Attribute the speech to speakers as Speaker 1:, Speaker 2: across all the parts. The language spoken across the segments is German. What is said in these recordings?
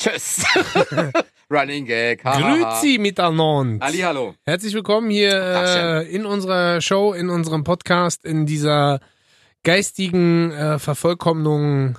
Speaker 1: Yes! Running Gag. ha, ha, ha.
Speaker 2: Grüezi miteinander.
Speaker 1: Ali, hallo.
Speaker 2: Herzlich willkommen hier äh,
Speaker 1: Dankeschön.
Speaker 2: in unserer Show, in unserem Podcast, in dieser geistigen äh, Vervollkommnung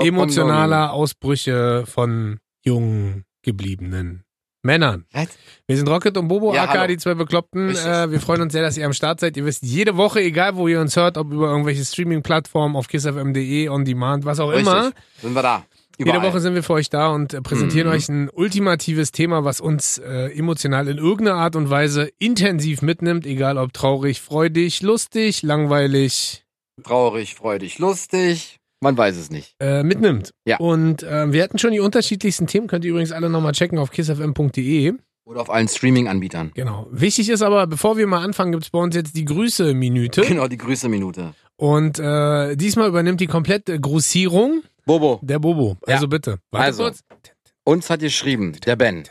Speaker 2: emotionaler Ausbrüche von jungen gebliebenen Männern.
Speaker 1: Was?
Speaker 2: Wir sind Rocket und Bobo,
Speaker 1: Ja,
Speaker 2: aka
Speaker 1: hallo.
Speaker 2: die zwei Bekloppten.
Speaker 1: Richtig.
Speaker 2: Äh, wir freuen uns sehr, dass ihr am Start seid. Ihr wisst, jede Woche, egal wo ihr uns hört, ob über irgendwelche Streaming-Plattformen, auf kissfm.de, on demand, was auch
Speaker 1: Richtig.
Speaker 2: immer.
Speaker 1: Sind wir da. Überall.
Speaker 2: Jede Woche sind wir für euch da und äh, präsentieren
Speaker 1: Mhm.
Speaker 2: euch ein ultimatives Thema, was uns äh, emotional in irgendeiner Art und Weise intensiv mitnimmt, egal ob traurig, freudig, lustig, langweilig,
Speaker 1: Traurig, freudig, lustig. Man weiß es nicht.
Speaker 2: äh, mitnimmt.
Speaker 1: Ja.
Speaker 2: Und ähm, wir hatten schon die unterschiedlichsten Themen, könnt ihr übrigens alle nochmal checken auf kissfm.de.
Speaker 1: Oder auf allen Streaming-Anbietern.
Speaker 2: Genau. Wichtig ist aber, bevor wir mal anfangen, gibt's bei uns jetzt die Grüße-Minute.
Speaker 1: Genau, die Grüße-Minute.
Speaker 2: Und äh, diesmal übernimmt die komplette Grußierung
Speaker 1: Bobo,
Speaker 2: der Bobo.
Speaker 1: Ja.
Speaker 2: Also bitte. Warte
Speaker 1: Also.
Speaker 2: kurz.
Speaker 1: uns hat geschrieben, der Ben.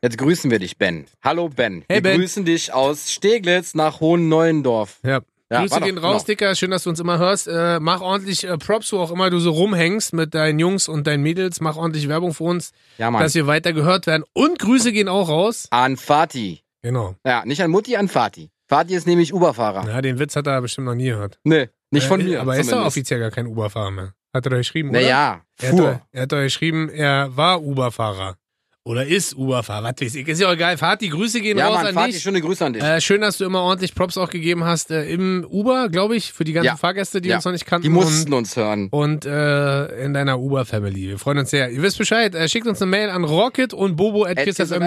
Speaker 1: Jetzt grüßen wir dich, Ben. Hallo, Ben.
Speaker 2: Hey,
Speaker 1: wir
Speaker 2: Ben.
Speaker 1: grüßen dich aus Steglitz nach Hohenneuendorf.
Speaker 2: Ja.
Speaker 1: Ja,
Speaker 2: Grüße
Speaker 1: war doch-
Speaker 2: gehen raus,
Speaker 1: genau.
Speaker 2: Dicker. Schön, dass du uns immer hörst. Äh, mach ordentlich äh, Props, wo auch immer du so rumhängst mit deinen Jungs und deinen Mädels. Mach ordentlich Werbung für uns,
Speaker 1: Ja, Mann.
Speaker 2: dass wir weiter gehört werden. Und Grüße gehen auch raus.
Speaker 1: An Fatih.
Speaker 2: Genau.
Speaker 1: Ja, nicht an Mutti, an Fatih. Fatih ist nämlich Uberfahrer.
Speaker 2: Ja, den Witz hat er bestimmt noch nie gehört.
Speaker 1: Nee, nicht von
Speaker 2: Äh,
Speaker 1: mir.
Speaker 2: Aber er ist doch
Speaker 1: zumindest.
Speaker 2: offiziell gar kein Uberfahrer mehr. Hat er doch geschrieben, oder?
Speaker 1: Naja,
Speaker 2: Er hat, doch,
Speaker 1: fuhr.
Speaker 2: er hat doch geschrieben, er war Uberfahrer. Oder ist Uberfahrer. Was weiß ich. Ist ja auch egal. Fatih, Grüße gehen
Speaker 1: Ja,
Speaker 2: raus
Speaker 1: Mann,
Speaker 2: an
Speaker 1: Fatih,
Speaker 2: dich.
Speaker 1: schöne Grüße an dich.
Speaker 2: Äh, schön, dass du immer ordentlich Props auch gegeben hast äh, im Uber, glaube ich, für die ganzen
Speaker 1: Ja.
Speaker 2: Fahrgäste, die
Speaker 1: Ja.
Speaker 2: uns noch nicht kannten.
Speaker 1: Die
Speaker 2: Und-
Speaker 1: mussten uns hören.
Speaker 2: und äh, in deiner Uber-Family. Wir freuen uns sehr. Ihr wisst Bescheid, äh, schickt uns eine Mail an rocket und bobo at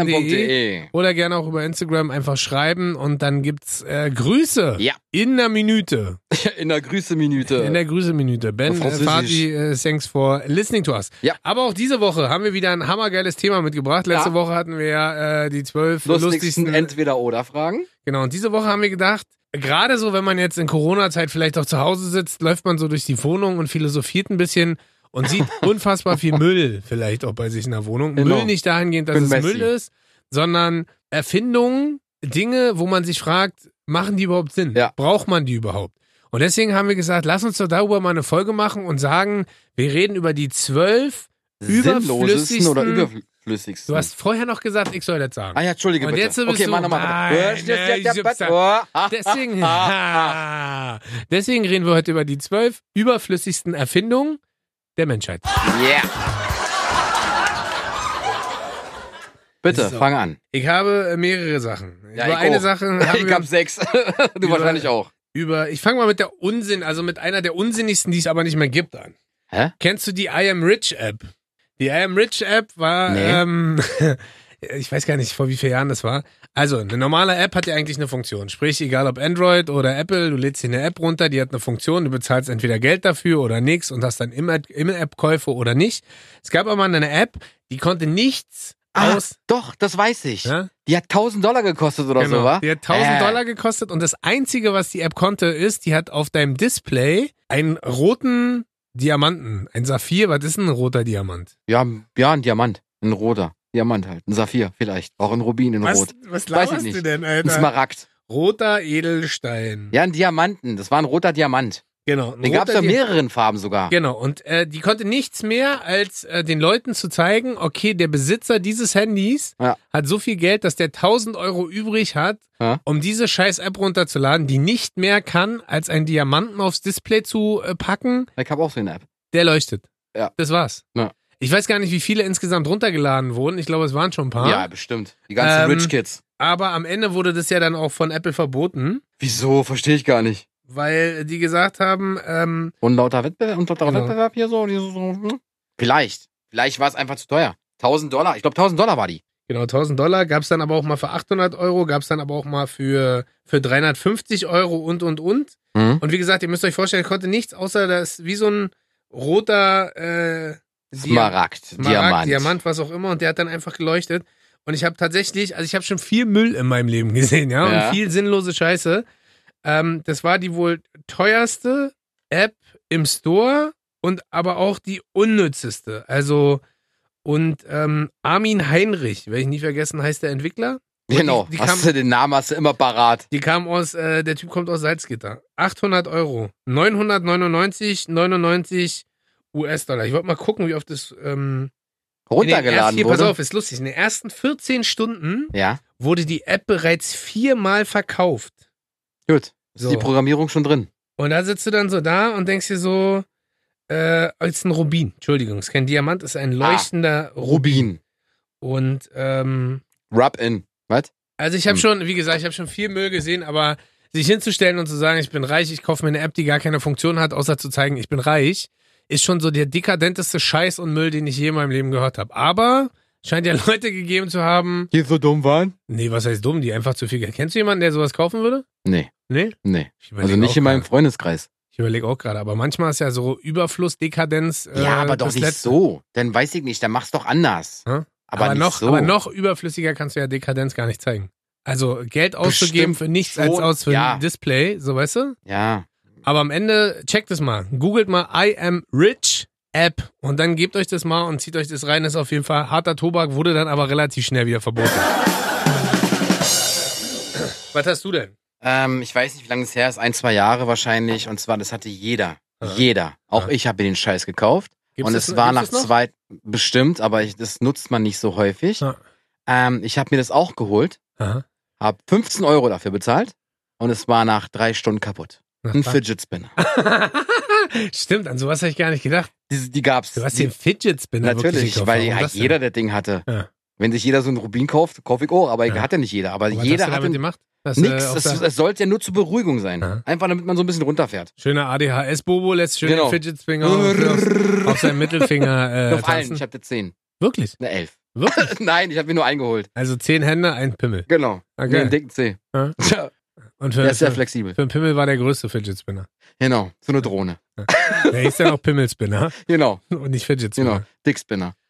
Speaker 2: kissfm.de
Speaker 1: kissfm.de.
Speaker 2: e oder gerne auch über Instagram einfach schreiben und dann gibt's äh, Grüße
Speaker 1: Ja.
Speaker 2: in der Minute.
Speaker 1: In der Grüße-Minute.
Speaker 2: In der Grüße-Minute. Ben,
Speaker 1: Auf
Speaker 2: äh,
Speaker 1: Französisch.
Speaker 2: Fati, äh, thanks for listening to us.
Speaker 1: Ja.
Speaker 2: Aber auch diese Woche haben wir wieder ein hammergeiles Thema mitgebracht. Letzte
Speaker 1: Ja.
Speaker 2: Woche hatten wir ja äh, die zwölf
Speaker 1: lustigsten
Speaker 2: lustigsten.
Speaker 1: Entweder-Oder-Fragen.
Speaker 2: genau, und diese Woche haben wir gedacht, gerade so, wenn man jetzt in Corona-Zeit vielleicht auch zu Hause sitzt, läuft man so durch die Wohnung und philosophiert ein bisschen und sieht unfassbar viel Müll vielleicht auch bei sich in der Wohnung.
Speaker 1: Genau.
Speaker 2: Müll nicht dahingehend, dass
Speaker 1: Bin
Speaker 2: es
Speaker 1: Messi.
Speaker 2: Müll ist, sondern Erfindungen, Dinge, wo man sich fragt, machen die überhaupt Sinn?
Speaker 1: Ja.
Speaker 2: Braucht man die überhaupt? Und deswegen haben wir gesagt, lass uns doch darüber mal eine Folge machen und sagen, wir reden über die zwölf
Speaker 1: Sinnlosesten
Speaker 2: überflüssigsten.
Speaker 1: oder überflüssigsten.
Speaker 2: du hast vorher noch gesagt, ich soll das sagen.
Speaker 1: ah ja, entschuldige
Speaker 2: Und
Speaker 1: bitte.
Speaker 2: jetzt bist
Speaker 1: okay,
Speaker 2: du-
Speaker 1: mach nochmal.
Speaker 2: Nein, nein, Substanz.
Speaker 1: Oh,
Speaker 2: Deswegen, deswegen reden wir heute über die zwölf überflüssigsten Erfindungen der Menschheit.
Speaker 1: Yeah. Bitte,
Speaker 2: So.
Speaker 1: fang an.
Speaker 2: Ich habe äh, mehrere Sachen.
Speaker 1: Ja,
Speaker 2: über
Speaker 1: ich
Speaker 2: eine
Speaker 1: auch.
Speaker 2: Sache haben
Speaker 1: Ich hab
Speaker 2: wir
Speaker 1: sechs. du
Speaker 2: Über-
Speaker 1: wahrscheinlich auch.
Speaker 2: über. Ich fange mal mit der Unsinn, also mit einer der unsinnigsten, die es aber nicht mehr gibt, an.
Speaker 1: Hä?
Speaker 2: Kennst du die I Am Rich App? Die I Am Rich App war,
Speaker 1: Nee.
Speaker 2: ähm, ich weiß gar nicht, vor wie vielen Jahren das war. Also, eine normale App hat ja eigentlich eine Funktion. Sprich, egal ob Android oder Apple, du lädst dir eine App runter, die hat eine Funktion, du bezahlst entweder Geld dafür oder nichts und hast dann immer App-Käufe oder nicht. Es gab aber mal eine App, die konnte nichts
Speaker 1: Ah,
Speaker 2: aus.
Speaker 1: doch, das weiß ich.
Speaker 2: Ja? Genau.
Speaker 1: Die hat 1000 Dollar gekostet oder so, wa?
Speaker 2: Die hat 1000
Speaker 1: Äh.
Speaker 2: Dollar gekostet und das Einzige, was die App konnte, ist, die hat auf deinem Display einen roten Diamanten, ein Saphir. Was ist denn ein roter Diamant?
Speaker 1: Ja, ja, ein Diamant. Ein roter. Diamant halt. Ein Saphir vielleicht. Auch ein Rubin in
Speaker 2: Was, Genau.
Speaker 1: Rot.
Speaker 2: was
Speaker 1: Weiß ich
Speaker 2: laberst du
Speaker 1: nicht.
Speaker 2: denn,
Speaker 1: Ein
Speaker 2: Alter?
Speaker 1: Smaragd.
Speaker 2: Roter Edelstein.
Speaker 1: Ja, ein Diamanten. Das war ein roter Diamant.
Speaker 2: Genau. ein
Speaker 1: Den gab es
Speaker 2: roter
Speaker 1: in
Speaker 2: Di-
Speaker 1: mehreren Farben sogar.
Speaker 2: Genau, und äh, die konnte nichts mehr, als äh, den Leuten zu zeigen, okay, der Besitzer dieses Handys
Speaker 1: Ja.
Speaker 2: hat so viel Geld, dass der 1000 Euro übrig hat,
Speaker 1: Ja.
Speaker 2: um diese scheiß App runterzuladen, die nicht mehr kann, als einen Diamanten aufs Display zu äh, packen,
Speaker 1: Ich habe auch so eine App.
Speaker 2: der leuchtet.
Speaker 1: Ja.
Speaker 2: Das war's.
Speaker 1: Ja.
Speaker 2: Ich weiß gar nicht, wie viele insgesamt runtergeladen wurden. Ich glaube, es waren schon ein paar.
Speaker 1: Ja, bestimmt. Die ganzen
Speaker 2: Ähm,
Speaker 1: Rich Kids.
Speaker 2: Aber am Ende wurde das ja dann auch von Apple verboten.
Speaker 1: Wieso? Verstehe ich gar nicht.
Speaker 2: weil die gesagt haben, ähm,
Speaker 1: Und lauter Wettbewerb, und lauter
Speaker 2: Genau.
Speaker 1: Wettbewerb hier so. die so- so, hm? Vielleicht. Vielleicht war es einfach zu teuer. 1000 Dollar. Ich glaube, 1000 Dollar war die.
Speaker 2: genau 1000 Dollar gab es dann aber auch mal für 800 Euro, gab es dann aber auch mal für, für 350 Euro und, und, und. Und wie gesagt, ihr müsst euch vorstellen, ich konnte nichts, außer das wie so ein roter äh, Dia-
Speaker 1: Smaragd, Diamant.
Speaker 2: Diamant, was auch immer. Und der hat dann einfach geleuchtet. Und ich habe tatsächlich, also ich habe schon viel Müll in meinem Leben gesehen, ja,
Speaker 1: Ja.
Speaker 2: und viel sinnlose Scheiße. Ähm, das war die wohl teuerste App im Store und aber auch die unnützeste. Also, und ähm, Armin Heinrich, werde ich nie vergessen, heißt der Entwickler.
Speaker 1: Genau.
Speaker 2: Und die- die
Speaker 1: hast
Speaker 2: kam-
Speaker 1: du den Namen hast du immer parat.
Speaker 2: Die kam aus, äh, der Typ kommt aus Salzgitter. 800 Euro, 999, 99 US-Dollar. Ich wollte mal gucken, wie oft das ähm, In den ersten,
Speaker 1: runtergeladen
Speaker 2: hier, pass
Speaker 1: wurde.
Speaker 2: auf, ist lustig. In den ersten 14 Stunden
Speaker 1: Ja,
Speaker 2: wurde die App bereits viermal verkauft.
Speaker 1: gut. Ist
Speaker 2: So.
Speaker 1: die Programmierung schon drin?
Speaker 2: Und da sitzt du dann so da und denkst dir so, äh, als ein Rubin. Entschuldigung, es ist kein Diamant, es ist ein
Speaker 1: Ah.
Speaker 2: leuchtender
Speaker 1: Rubin.
Speaker 2: Rubin. Und ähm,
Speaker 1: Rub-in. Was?
Speaker 2: also ich habe
Speaker 1: Hm.
Speaker 2: schon, wie gesagt, ich habe schon viel Müll gesehen, aber sich hinzustellen und zu sagen, ich bin reich, ich kaufe mir eine App, die gar keine Funktion hat, außer zu zeigen, ich bin reich, ist schon so der dekadenteste Scheiß und Müll, den ich je in meinem Leben gehört habe. Aber scheint ja Leute gegeben zu haben,
Speaker 1: Die so dumm waren?
Speaker 2: nee, was heißt dumm, die einfach zu viel Geld. Kennst du jemanden, der sowas kaufen würde?
Speaker 1: Nee,
Speaker 2: Nee?
Speaker 1: nee.
Speaker 2: Ich überleg
Speaker 1: Also nicht
Speaker 2: auch
Speaker 1: in meinem
Speaker 2: gerade.
Speaker 1: Freundeskreis.
Speaker 2: Ich überlege auch gerade, aber manchmal ist ja so Überfluss, Dekadenz. äh,
Speaker 1: ja, aber doch
Speaker 2: das
Speaker 1: nicht
Speaker 2: Letzte.
Speaker 1: so. Dann weiß ich nicht, dann mach's doch anders.
Speaker 2: Hä?
Speaker 1: Aber, nicht
Speaker 2: noch,
Speaker 1: so.
Speaker 2: aber noch überflüssiger kannst du ja Dekadenz gar nicht zeigen. Also Geld auszugeben
Speaker 1: Bestimmt
Speaker 2: für nichts
Speaker 1: schon,
Speaker 2: als aus für
Speaker 1: ja.
Speaker 2: ein Display, so weißt du?
Speaker 1: Ja.
Speaker 2: Aber am Ende, checkt es mal. Googelt mal I am rich App und dann gebt euch das mal und zieht euch das rein. Ist auf jeden Fall harter Tobak, wurde dann aber relativ schnell wieder verboten. Was hast du denn?
Speaker 1: Ähm, ich weiß nicht, wie lange es her ist. Ein, zwei Jahre wahrscheinlich. Und zwar, das hatte jeder.
Speaker 2: Ja.
Speaker 1: Jeder. Auch
Speaker 2: Ja.
Speaker 1: ich habe mir den Scheiß gekauft.
Speaker 2: Gibt's
Speaker 1: und
Speaker 2: das-
Speaker 1: es war nach
Speaker 2: gibt's das noch?
Speaker 1: zwei, bestimmt, aber ich, das nutzt man nicht so häufig.
Speaker 2: Ja.
Speaker 1: Ähm, ich habe mir das auch geholt,
Speaker 2: Aha.
Speaker 1: habe 15 Euro dafür bezahlt und es war nach drei Stunden kaputt.
Speaker 2: Na,
Speaker 1: Ein
Speaker 2: fuck.
Speaker 1: Fidget Spinner.
Speaker 2: Stimmt, an sowas habe ich gar nicht gedacht.
Speaker 1: Die, die gab's.
Speaker 2: Du hast
Speaker 1: Die-
Speaker 2: den Fidget Spinner wirklich
Speaker 1: Natürlich,
Speaker 2: gekauft.
Speaker 1: weil
Speaker 2: Warum
Speaker 1: ja,
Speaker 2: das denn?
Speaker 1: jeder das Ding hatte.
Speaker 2: Ja.
Speaker 1: Wenn sich jeder so einen Rubin kauft, kaufe ich auch, aber
Speaker 2: Ja.
Speaker 1: hat ja nicht jeder. Aber,
Speaker 2: Aber was
Speaker 1: jeder
Speaker 2: hast du
Speaker 1: hat
Speaker 2: damit gemacht? Hast du, äh,
Speaker 1: nichts.
Speaker 2: auf
Speaker 1: Es,
Speaker 2: der-
Speaker 1: es sollte ja nur zur Beruhigung sein.
Speaker 2: Ja.
Speaker 1: Einfach damit man so ein bisschen runterfährt.
Speaker 2: Schöner ADHS-Bobo lässt schön
Speaker 1: Genau.
Speaker 2: den Fidget Spinner auf, auf seinen Mittelfinger äh,
Speaker 1: Auf allen.
Speaker 2: tanzen.
Speaker 1: Ich hatte zehn.
Speaker 2: Wirklich?
Speaker 1: Eine elf.
Speaker 2: Wirklich?
Speaker 1: Nein, ich habe mir nur eingeholt.
Speaker 2: Also zehn Hände, ein Pimmel.
Speaker 1: Genau. Okay.
Speaker 2: Okay.
Speaker 1: Den dicken C.
Speaker 2: Ja.
Speaker 1: Tja,
Speaker 2: Und
Speaker 1: Der
Speaker 2: für,
Speaker 1: ist sehr
Speaker 2: für,
Speaker 1: flexibel.
Speaker 2: für einen Pimmel war der größte Fidget Spinner.
Speaker 1: Genau. So eine Drohne.
Speaker 2: Der hieß ja noch Pimmelspinner
Speaker 1: Genau.
Speaker 2: und nicht Fidget
Speaker 1: Genau.
Speaker 2: Spinner.
Speaker 1: Dickspinner. Genau.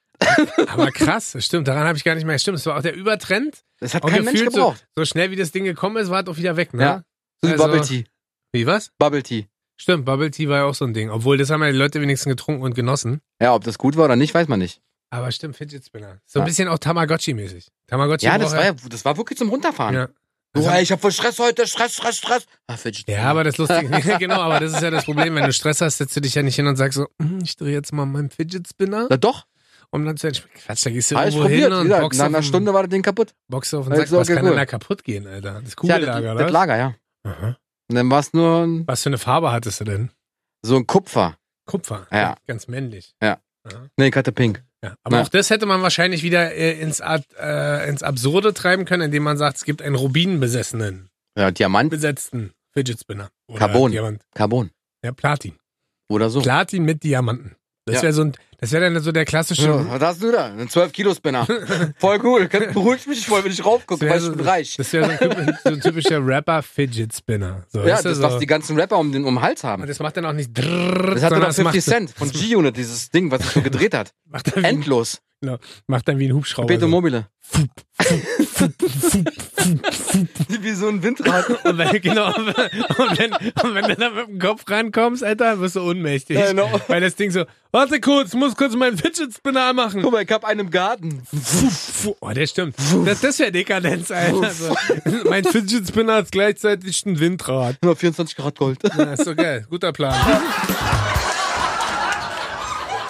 Speaker 2: Aber krass, das stimmt, daran habe ich gar nicht mehr. Stimmt, es war auch der Übertrend.
Speaker 1: Das hat
Speaker 2: Und
Speaker 1: kein Mensch
Speaker 2: gefühlt so,
Speaker 1: gebraucht.
Speaker 2: so schnell wie das Ding gekommen ist, war es auch wieder weg, ne?
Speaker 1: Ja. So wie
Speaker 2: also-
Speaker 1: Bubble Tea.
Speaker 2: Wie was?
Speaker 1: Bubble Tea.
Speaker 2: Stimmt, Bubble Tea war ja auch so ein Ding. Obwohl, das haben ja die Leute wenigstens getrunken und genossen.
Speaker 1: Ja, ob das gut war oder nicht, weiß man nicht.
Speaker 2: Aber stimmt, Fidget Spinner. So ein
Speaker 1: Ja.
Speaker 2: bisschen auch Tamagotchi-mäßig. Tamagotchi
Speaker 1: Ja, das
Speaker 2: braucht
Speaker 1: war ja, das war wirklich zum Runterfahren.
Speaker 2: Ja. Also-
Speaker 1: Oh, ey, ich habe voll Stress heute. Stress, Stress, Stress. Ah, Fidget
Speaker 2: Ja,
Speaker 1: Spinner.
Speaker 2: aber das Lustige, Ja, genau, aber das ist ja das Problem, wenn du Stress hast, setzt du dich ja nicht hin und sagst so, "Hm, ich drehe jetzt mal meinen Fidget Spinner,
Speaker 1: Na doch.
Speaker 2: um dann zu entspannen. Quatsch, da gehst du
Speaker 1: Alles
Speaker 2: irgendwo
Speaker 1: probiert.
Speaker 2: hin
Speaker 1: Wie
Speaker 2: und
Speaker 1: gesagt,
Speaker 2: boxst
Speaker 1: nach
Speaker 2: auf,
Speaker 1: einer
Speaker 2: den-
Speaker 1: Stunde war das Ding kaputt.
Speaker 2: boxst auf den
Speaker 1: Hab ich
Speaker 2: Sack.
Speaker 1: so
Speaker 2: Was kann denn
Speaker 1: geguckt.
Speaker 2: da kaputt gehen, Alter? Das
Speaker 1: ja,
Speaker 2: Kugellager,
Speaker 1: das, das
Speaker 2: oder?
Speaker 1: Lager, ja.
Speaker 2: Aha.
Speaker 1: Und dann war es nur ein,
Speaker 2: Was für eine Farbe hattest du denn?
Speaker 1: so ein Kupfer.
Speaker 2: Kupfer.
Speaker 1: Ja.
Speaker 2: Ganz männlich.
Speaker 1: Ja.
Speaker 2: Aha.
Speaker 1: Nee, ich hatte Pink.
Speaker 2: Ja. Aber
Speaker 1: Ja.
Speaker 2: auch das hätte man wahrscheinlich wieder äh, ins, Ad, äh, ins Absurde treiben können, indem man sagt, es gibt einen Rubinbesessenen,
Speaker 1: Ja, Diamant,
Speaker 2: besetzten Fidget Spinner. Oder
Speaker 1: Carbon.
Speaker 2: Diamant.
Speaker 1: Carbon.
Speaker 2: Ja, Platin.
Speaker 1: Oder so.
Speaker 2: Platin mit Diamanten. Das
Speaker 1: Ja.
Speaker 2: wäre so ein, das wäre dann so der klassische
Speaker 1: Ja, was hast du da? Ein 12-Kilo-Spinner. voll cool. Kannst- Beruhigt mich voll, wenn ich raufgucke, weil
Speaker 2: Das wär
Speaker 1: ich
Speaker 2: so-
Speaker 1: bin reich.
Speaker 2: Das wäre so, ein typ- so ein typischer Rapper-Fidget-Spinner. So,
Speaker 1: ja,
Speaker 2: weißt du,
Speaker 1: das,
Speaker 2: so.
Speaker 1: was die ganzen Rapper um den um den Hals
Speaker 2: Und
Speaker 1: haben.
Speaker 2: das macht dann auch nicht drrrr,
Speaker 1: Das hat
Speaker 2: sondern
Speaker 1: doch
Speaker 2: es macht,
Speaker 1: 50 Cent von G-Unit, dieses Ding, was sich so gedreht hat.
Speaker 2: Macht dann, wie, ein- genau,
Speaker 1: Endlos.
Speaker 2: macht dann wie ein Hubschrauber.
Speaker 1: Beto
Speaker 2: so.
Speaker 1: Mobile. Wie so ein Windrad.
Speaker 2: Und wenn, genau, und wenn, und wenn du da mit dem Kopf rankommst, Alter, wirst du ohnmächtig.
Speaker 1: Ja, genau.
Speaker 2: Weil das Ding so, warte kurz, muss kurz meinen Fidget-Spinner anmachen.
Speaker 1: Guck mal, ich hab einen im Garten.
Speaker 2: Oh, der stimmt. Das, das wäre Dekadenz, Alter. So, mein Fidget-Spinner ist gleichzeitig ein Windrad.
Speaker 1: Nur 24 Grad Gold.
Speaker 2: Ja, ist so geil. Guter Plan.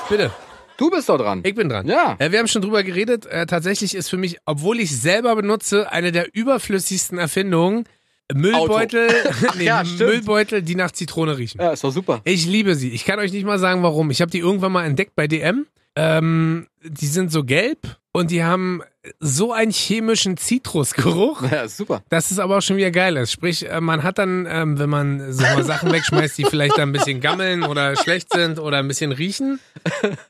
Speaker 2: Bitte,
Speaker 1: Du bist doch dran.
Speaker 2: ich bin dran.
Speaker 1: Ja.
Speaker 2: Äh, wir haben schon drüber geredet. Äh, tatsächlich ist für mich, obwohl ich selber benutze, eine der überflüssigsten Erfindungen Müllbeutel,
Speaker 1: Ach ja, stimmt.
Speaker 2: Müllbeutel, die nach Zitrone riechen.
Speaker 1: Ja, ist doch super.
Speaker 2: Ich liebe sie. Ich kann euch nicht mal sagen, warum. Ich habe die irgendwann mal entdeckt bei DM. Ähm, die sind so gelb und die haben so einen chemischen Zitrusgeruch.
Speaker 1: Ja, ist super.
Speaker 2: Das ist aber auch schon wieder geil ist. Sprich, äh, man hat dann, ähm, wenn man so mal Sachen wegschmeißt, die vielleicht dann ein bisschen gammeln oder schlecht sind oder ein bisschen riechen,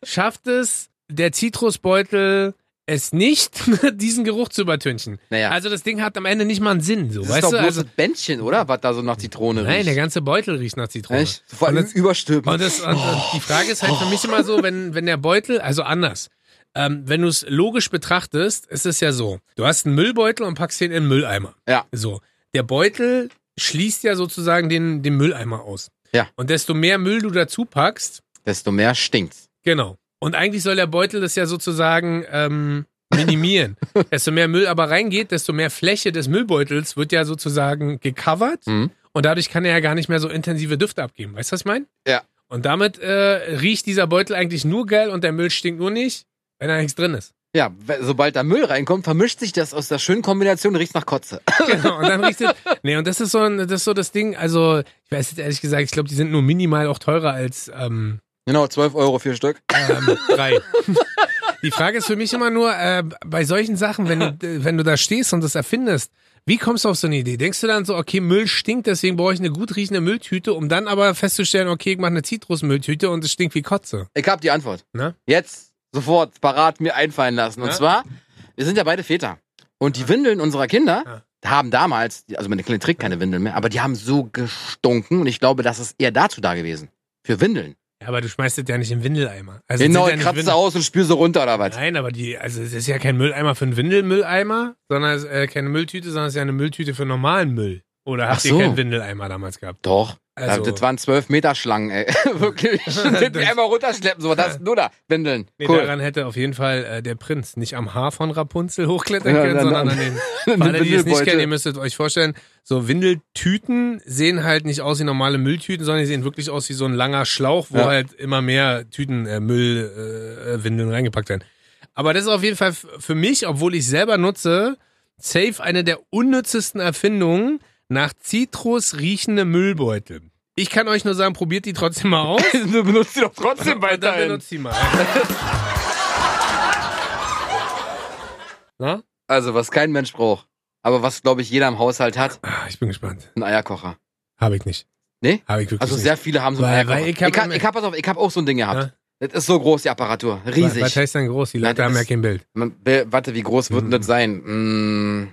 Speaker 2: schafft es der Zitrusbeutel es nicht, diesen Geruch zu übertünchen.
Speaker 1: Naja.
Speaker 2: Also das Ding hat am Ende nicht mal einen Sinn, so.
Speaker 1: Das
Speaker 2: weißt
Speaker 1: ist
Speaker 2: du?
Speaker 1: doch bloß
Speaker 2: Also,
Speaker 1: ein Bändchen, oder? Was da so nach Zitrone
Speaker 2: nein, der
Speaker 1: riecht.
Speaker 2: ganze Beutel riecht nach Zitrone.
Speaker 1: Echt? Vor allem
Speaker 2: Und das-
Speaker 1: überstülpen.
Speaker 2: Und, das, und, und die Frage ist halt für mich immer so, wenn, wenn der Beutel, also anders. Ähm, wenn du es logisch betrachtest, ist es ja so. Du hast einen Müllbeutel und packst den in den Mülleimer.
Speaker 1: Ja.
Speaker 2: So. Der Beutel schließt ja sozusagen den, den Mülleimer aus.
Speaker 1: Ja.
Speaker 2: Und desto mehr Müll du dazu packst,
Speaker 1: Desto mehr stinkt's.
Speaker 2: genau. Und eigentlich soll der Beutel das ja sozusagen ähm, minimieren. desto mehr Müll aber reingeht, desto mehr Fläche des Müllbeutels wird ja sozusagen gecovert.
Speaker 1: Mhm.
Speaker 2: Und dadurch kann er ja gar nicht mehr so intensive Düfte abgeben. Weißt du, was ich meine?
Speaker 1: Ja.
Speaker 2: Und damit äh, riecht dieser Beutel eigentlich nur geil und der Müll stinkt nur nicht. Wenn da nichts drin ist.
Speaker 1: Ja, we- sobald da Müll reinkommt, vermischt sich das aus der schönen Kombination, riecht nach Kotze.
Speaker 2: Genau, und dann richtig. Nee, und das ist so ein, das ist so das Ding, also, ich weiß jetzt ehrlich gesagt, ich glaube, die sind nur minimal auch teurer als ähm,
Speaker 1: Genau, 12 Euro vier Stück.
Speaker 2: ähm, drei. Die Frage ist für mich immer nur, äh, bei solchen Sachen, wenn du, äh, wenn du da stehst und das erfindest, wie kommst du auf so eine Idee? Denkst du dann so, okay, Müll stinkt, deswegen brauche ich eine gut riechende Mülltüte, um dann aber festzustellen, okay, ich mache eine Zitrusmülltüte und es stinkt wie Kotze.
Speaker 1: Ich habe die Antwort.
Speaker 2: Na?
Speaker 1: Jetzt, sofort, parat mir einfallen lassen. Und
Speaker 2: Ja.
Speaker 1: zwar, wir sind ja beide Väter. Und die Windeln unserer Kinder haben damals, also meine Kleine trägt keine Windeln mehr, aber die haben so gestunken und ich glaube, das ist eher dazu da gewesen. Für Windeln.
Speaker 2: Ja, aber du schmeißt es ja nicht im Windeleimer. Also es
Speaker 1: Genau,
Speaker 2: sind ja
Speaker 1: ich
Speaker 2: nicht
Speaker 1: kratze
Speaker 2: Windel-
Speaker 1: aus und spüre so runter oder was.
Speaker 2: Nein, aber die, also es ist ja kein Mülleimer für einen Windelmülleimer, sondern es ist, äh, keine Mülltüte, sondern es ist ja eine Mülltüte für normalen Müll. Oder habt
Speaker 1: Ach
Speaker 2: ihr
Speaker 1: so.
Speaker 2: keinen Windeleimer damals gehabt?
Speaker 1: Doch.
Speaker 2: Also-
Speaker 1: das waren 12 Meter Schlangen, ey. Wirklich. Mit mir einmal runterschleppen, so. Das, nur da. Windeln.
Speaker 2: Nee,
Speaker 1: cool.
Speaker 2: daran hätte auf jeden Fall äh, der Prinz nicht am Haar von Rapunzel hochklettern
Speaker 1: Ja,
Speaker 2: können,
Speaker 1: dann-
Speaker 2: sondern
Speaker 1: dann-
Speaker 2: an den.
Speaker 1: Eine
Speaker 2: Für alle, die es nicht
Speaker 1: Windelbeute.
Speaker 2: kennen, ihr müsstet euch vorstellen, so Windeltüten sehen halt nicht aus wie normale Mülltüten, sondern die sehen wirklich aus wie so ein langer Schlauch, wo
Speaker 1: Ja.
Speaker 2: halt immer mehr Tüten äh, Müll, äh, äh, Windeln reingepackt werden. Aber das ist auf jeden Fall f- für mich, obwohl ich selber nutze, safe eine der unnützesten Erfindungen nach Zitrus riechende Müllbeutel. Ich kann euch nur sagen, probiert die trotzdem mal aus.
Speaker 1: du benutzt sie doch trotzdem
Speaker 2: Und dann
Speaker 1: weiterhin.
Speaker 2: benutzt die mal. Na?
Speaker 1: Also, was kein Mensch braucht, aber was, glaube ich, jeder im Haushalt hat,
Speaker 2: Ah, Ich bin gespannt.
Speaker 1: ein Eierkocher.
Speaker 2: Habe ich nicht.
Speaker 1: Nee?
Speaker 2: Habe ich wirklich
Speaker 1: Also,
Speaker 2: nicht.
Speaker 1: sehr viele haben so einen
Speaker 2: Weil-
Speaker 1: Eierkocher.
Speaker 2: weil
Speaker 1: ich
Speaker 2: ich hab-
Speaker 1: habe ich hab, pass auf, ich hab auch so ein Ding gehabt.
Speaker 2: Ja?
Speaker 1: Das ist so groß, die Apparatur. Riesig.
Speaker 2: Was heißt denn groß? Die
Speaker 1: Nein,
Speaker 2: Leute
Speaker 1: das
Speaker 2: haben ja
Speaker 1: ist-
Speaker 2: kein Bild.
Speaker 1: Man, be- warte, wie groß wird denn
Speaker 2: Hm.
Speaker 1: das sein? Mm,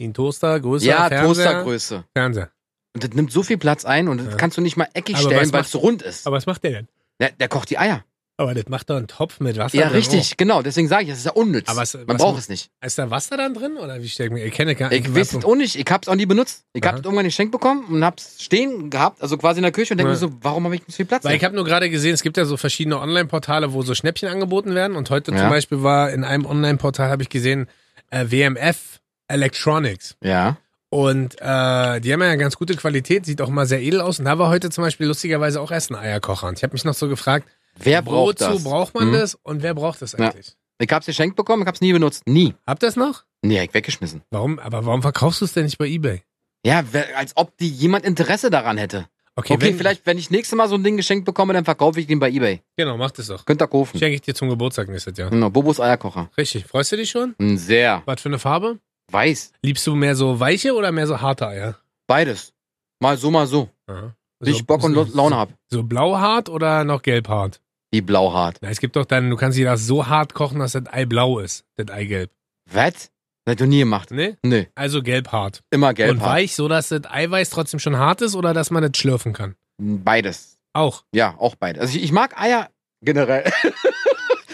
Speaker 2: Ein Toaster, größer,
Speaker 1: ja,
Speaker 2: Fernseher,
Speaker 1: Toastergröße.
Speaker 2: Fernseher.
Speaker 1: Und das nimmt so viel Platz ein und das
Speaker 2: Ja.
Speaker 1: kannst du nicht mal eckig
Speaker 2: Aber
Speaker 1: stellen,
Speaker 2: was
Speaker 1: weil es so rund ist.
Speaker 2: Aber was macht der denn?
Speaker 1: Der, der kocht die Eier.
Speaker 2: Aber das macht doch einen Topf mit Wasser
Speaker 1: Ja,
Speaker 2: drin.
Speaker 1: richtig, genau. Deswegen sage ich, das ist ja unnütz.
Speaker 2: Aber was-
Speaker 1: Man
Speaker 2: was-
Speaker 1: braucht es nicht.
Speaker 2: Oh. Ist da Wasser dann drin? Oder wie steckt mir? Ich kenne gar
Speaker 1: Ich weiß es auch nicht. Ich hab's auch nie benutzt. Ich
Speaker 2: Aha.
Speaker 1: hab's irgendwann geschenkt bekommen und hab's stehen gehabt, also quasi in der Küche und denke
Speaker 2: Ja.
Speaker 1: mir so, warum habe ich nicht so viel Platz?
Speaker 2: Weil ich
Speaker 1: hier?
Speaker 2: habe nur gerade gesehen, es gibt ja so verschiedene Online-Portale, wo so Schnäppchen angeboten werden. Und heute
Speaker 1: Ja.
Speaker 2: zum Beispiel war in einem Online-Portal, habe ich gesehen, äh, WMF Electronics.
Speaker 1: Ja.
Speaker 2: Und äh, die haben ja eine ganz gute Qualität, sieht auch mal sehr edel aus. Und da war heute zum Beispiel lustigerweise auch erst ein Eierkocher. Und ich habe mich noch so gefragt,
Speaker 1: Wer braucht
Speaker 2: wozu
Speaker 1: das?
Speaker 2: braucht man
Speaker 1: Hm?
Speaker 2: das und wer braucht das
Speaker 1: Ja.
Speaker 2: eigentlich?
Speaker 1: Ich hab's geschenkt bekommen, ich hab's nie benutzt. Nie.
Speaker 2: Habt ihr es noch?
Speaker 1: Nee, hab ich weggeschmissen.
Speaker 2: Warum? Aber warum verkaufst du es denn nicht bei eBay?
Speaker 1: Ja, wer, als ob die jemand Interesse daran hätte. Okay,
Speaker 2: wenn-
Speaker 1: vielleicht, wenn ich nächstes Mal so ein Ding geschenkt bekomme, dann verkaufe ich den bei Ebay.
Speaker 2: Genau, mach das doch.
Speaker 1: Könnt ihr kaufen.
Speaker 2: Schenke ich dir zum Geburtstag nächstes Jahr.
Speaker 1: Genau, Bobos Eierkocher.
Speaker 2: Richtig. Freust du dich schon?
Speaker 1: Hm, Sehr.
Speaker 2: Was für eine Farbe?
Speaker 1: Weiß.
Speaker 2: Liebst du mehr so weiche oder mehr so harte Eier?
Speaker 1: Beides. Mal so, mal so.
Speaker 2: Ja.
Speaker 1: Wenn ich Bock und Lo- Laune hab.
Speaker 2: So blauhart oder noch gelbhart?
Speaker 1: Die blauhart.
Speaker 2: Na, es gibt doch dann, du kannst dir das so hart kochen, dass das Ei blau ist, das Eigelb.
Speaker 1: Was? Das hast du nie gemacht.
Speaker 2: Ne?
Speaker 1: Nee,
Speaker 2: Also gelbhart.
Speaker 1: immer
Speaker 2: Und
Speaker 1: gelbhart.
Speaker 2: weich, so dass das Eiweiß trotzdem schon hart ist oder dass man das schlürfen kann.
Speaker 1: Beides.
Speaker 2: Auch.
Speaker 1: Ja, auch beides. Also ich, ich mag Eier generell.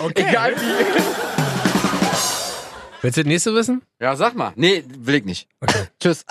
Speaker 2: Okay.
Speaker 1: Egal wie.
Speaker 2: Willst du das nächste wissen?
Speaker 1: Ja, sag mal. Nee, will ich nicht.
Speaker 2: Okay.
Speaker 1: Tschüss.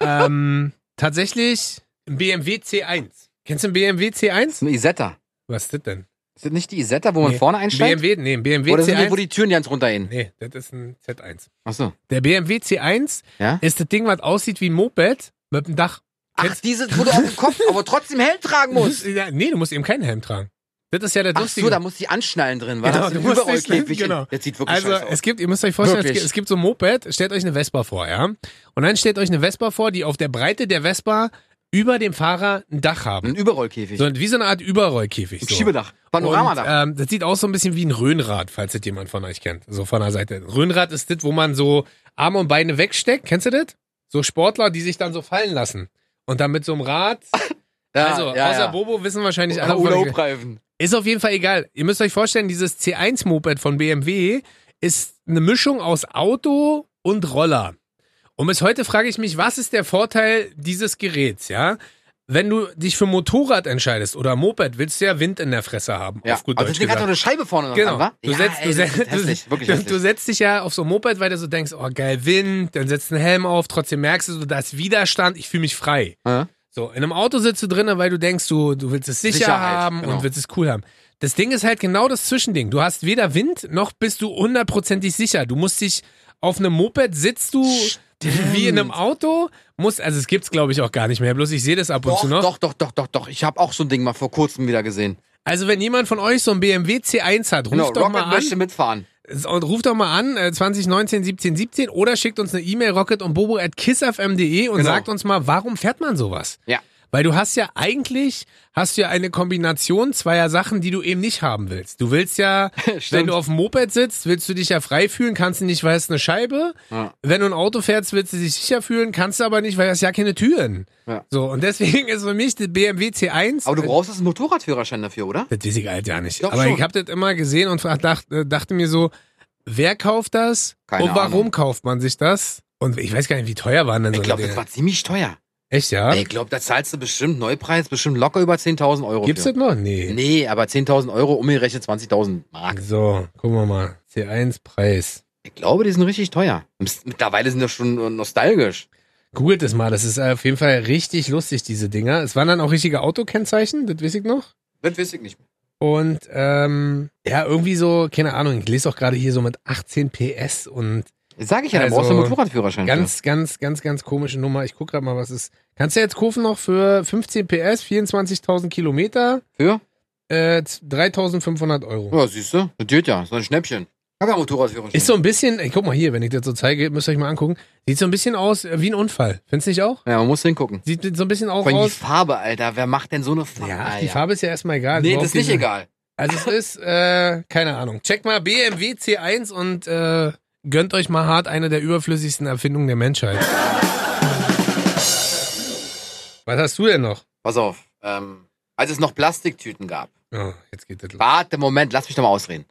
Speaker 2: ähm, tatsächlich ein BMW C1. Kennst du einen BMW C1?
Speaker 1: Eine Isetta.
Speaker 2: Was ist das denn?
Speaker 1: Ist das nicht die Isetta, wo man
Speaker 2: Nee.
Speaker 1: vorne einsteigt?
Speaker 2: BMW, nee, ein BMW
Speaker 1: Oder sind die, wo
Speaker 2: C1.
Speaker 1: die Türen ganz runtergehen?
Speaker 2: Nee, das ist ein Z1.
Speaker 1: Achso.
Speaker 2: Der BMW C1
Speaker 1: Ja?
Speaker 2: ist das Ding, was aussieht wie ein Moped mit einem Dach.
Speaker 1: Ach,
Speaker 2: Kennst-
Speaker 1: diese, wo du auf dem Kopf, aber trotzdem Helm tragen musst.
Speaker 2: Ja, nee, du musst eben keinen Helm tragen. Das ist ja der
Speaker 1: Ach so,
Speaker 2: lustige.
Speaker 1: da muss die anschnallen drin, weil
Speaker 2: Genau,
Speaker 1: das ist
Speaker 2: du
Speaker 1: ein
Speaker 2: musst dich-
Speaker 1: Überrollkäfig.
Speaker 2: genau.
Speaker 1: Das sieht wirklich
Speaker 2: also,
Speaker 1: scheiße aus.
Speaker 2: es gibt, ihr müsst euch vorstellen, es
Speaker 1: Wirklich.
Speaker 2: gibt, es gibt so ein Moped, stellt euch eine Vespa vor, ja? Und dann stellt euch eine Vespa vor, die auf der Breite der Vespa über dem Fahrer ein Dach haben.
Speaker 1: Ein Überrollkäfig.
Speaker 2: So, wie so eine Art Überrollkäfig.
Speaker 1: ein
Speaker 2: So.
Speaker 1: Schiebedach. Panoramadach.
Speaker 2: Und, ähm, das sieht aus so ein bisschen wie ein Röhnrad, falls das jemand von euch kennt. So von der Seite. Röhnrad ist das, wo man so Arme und Beine wegsteckt. Kennst du das? So Sportler, die sich dann so fallen lassen. Und dann mit so einem Rad.
Speaker 1: ja,
Speaker 2: also,
Speaker 1: ja,
Speaker 2: außer
Speaker 1: ja.
Speaker 2: Bobo wissen wahrscheinlich
Speaker 1: Oder
Speaker 2: alle. wovon ich-
Speaker 1: Urlaubreifen.
Speaker 2: Ist auf jeden Fall egal. Ihr müsst euch vorstellen, dieses C1-Moped von BMW ist eine Mischung aus Auto und Roller. Und bis heute frage ich mich, was ist der Vorteil dieses Geräts, ja? Wenn du dich für Motorrad entscheidest oder Moped, willst du ja Wind in der Fresse haben.
Speaker 1: Ja.
Speaker 2: Auf gut
Speaker 1: aber das
Speaker 2: Deutsch
Speaker 1: Ding hat doch
Speaker 2: gesagt.
Speaker 1: eine Scheibe vorne noch dran,
Speaker 2: Genau.
Speaker 1: wa?
Speaker 2: Du,
Speaker 1: ja,
Speaker 2: setzt,
Speaker 1: ey,
Speaker 2: du,
Speaker 1: das ist
Speaker 2: setzt,
Speaker 1: hässlich,
Speaker 2: du,
Speaker 1: wirklich
Speaker 2: setzt, du
Speaker 1: hässlich.
Speaker 2: setzt dich ja auf so ein Moped, weil du so denkst, oh geil, Wind, dann setzt einen Helm auf, trotzdem merkst du so, da ist Widerstand, ich fühle mich frei.
Speaker 1: Ja.
Speaker 2: So, in einem Auto sitzt du drinne, weil du denkst, du, du willst es sicher
Speaker 1: Sicherheit,
Speaker 2: haben
Speaker 1: genau.
Speaker 2: und willst es cool haben. Das Ding ist halt genau das Zwischending. Du hast weder Wind, noch bist du hundertprozentig sicher. Du musst dich auf einem Moped sitzt du wie in einem Auto, musst, also es gibt's glaube ich auch gar nicht mehr, bloß ich sehe das ab und
Speaker 1: Doch,
Speaker 2: zu noch.
Speaker 1: doch, doch, doch, doch, doch. Ich habe auch so ein Ding mal vor kurzem wieder gesehen.
Speaker 2: Also, wenn jemand von euch so ein BMW C1 hat, ruft
Speaker 1: Genau,
Speaker 2: doch
Speaker 1: Rocket
Speaker 2: mal an.
Speaker 1: möchte mitfahren.
Speaker 2: Und ruft doch mal an, äh, 2019 17 17 oder schickt uns eine E-Mail rocket und bobo at kissfm.de und
Speaker 1: Genau.
Speaker 2: sagt uns mal, warum fährt man sowas?
Speaker 1: Ja.
Speaker 2: Weil du hast ja eigentlich, hast du ja eine Kombination zweier Sachen, die du eben nicht haben willst. Du willst ja,
Speaker 1: Stimmt.
Speaker 2: wenn du auf dem Moped sitzt, willst du dich ja frei fühlen, kannst du nicht, weil es eine Scheibe.
Speaker 1: Ja.
Speaker 2: Wenn du ein Auto fährst, willst du dich sicher fühlen, kannst du aber nicht, weil es ja keine Türen.
Speaker 1: Ja.
Speaker 2: So, und deswegen ist für mich das BMW C1.
Speaker 1: Aber du brauchst jetzt einen Motorradführerschein dafür, oder?
Speaker 2: Das weiß ich halt ja nicht.
Speaker 1: Doch
Speaker 2: Aber
Speaker 1: schon.
Speaker 2: ich habe das immer gesehen und dacht, äh, dachte mir so, wer kauft das
Speaker 1: Keine
Speaker 2: und warum
Speaker 1: Ahnung.
Speaker 2: kauft man sich das? Und ich weiß gar nicht, wie teuer waren denn so
Speaker 1: Ich glaube, das
Speaker 2: Dinger?
Speaker 1: war ziemlich teuer.
Speaker 2: Echt, ja?
Speaker 1: Ich glaube, da zahlst du bestimmt Neupreis, bestimmt locker über 10.000 Euro.
Speaker 2: Gibt's
Speaker 1: für.
Speaker 2: das noch? Nee.
Speaker 1: Nee, aber 10.000 Euro umgerechnet 20.000 Mark.
Speaker 2: So, gucken wir mal. C1-Preis.
Speaker 1: Ich glaube, die sind richtig teuer. Mittlerweile sind das schon äh, nostalgisch.
Speaker 2: Googelt es mal, das ist äh, auf jeden Fall richtig lustig, diese Dinger. Es waren dann auch richtige Autokennzeichen, das weiß ich noch.
Speaker 1: Das weiß ich nicht.
Speaker 2: Und ähm, ja, irgendwie so, keine Ahnung, ich lese auch gerade hier so mit 18 PS und
Speaker 1: Das sag ich ja, da
Speaker 2: Also,
Speaker 1: brauchst du einen Motorradführerschein.
Speaker 2: Ganz, ganz, ganz, ganz komische Nummer. Ich guck grad mal, was es ist. Kannst du jetzt kaufen noch für 15 PS, 24.000 Kilometer,
Speaker 1: für.
Speaker 2: äh, z- 3.500 Euro.
Speaker 1: Für? Ja, siehst du, das geht ja. So ein Schnäppchen. Hab ja Motorradführerschein.
Speaker 2: Ist so ein bisschen, ey, guck mal hier, wenn ich das so zeige, müsst ihr euch mal angucken. Sieht so ein bisschen aus äh, wie ein Unfall. Findest du nicht auch?
Speaker 1: ja, man muss hingucken.
Speaker 2: Sieht so ein bisschen auch
Speaker 1: Vor allem die
Speaker 2: aus.
Speaker 1: Farbe, Alter. Wer macht denn so eine Farbe?
Speaker 2: Ja, ach,
Speaker 1: Alter?
Speaker 2: die Farbe Ah, ist ja erstmal egal.
Speaker 1: Nee,
Speaker 2: Überhaupt
Speaker 1: das ist nicht
Speaker 2: diese-
Speaker 1: egal.
Speaker 2: Also es ist, äh, keine Ahnung. Checkt mal BMW C1 und äh, gönnt euch mal hart eine der überflüssigsten Erfindungen der Menschheit. Was hast du denn noch?
Speaker 1: Pass auf. Ähm, als es noch Plastiktüten gab.
Speaker 2: Oh, jetzt geht das los.
Speaker 1: Warte, Moment, lass mich doch mal ausreden.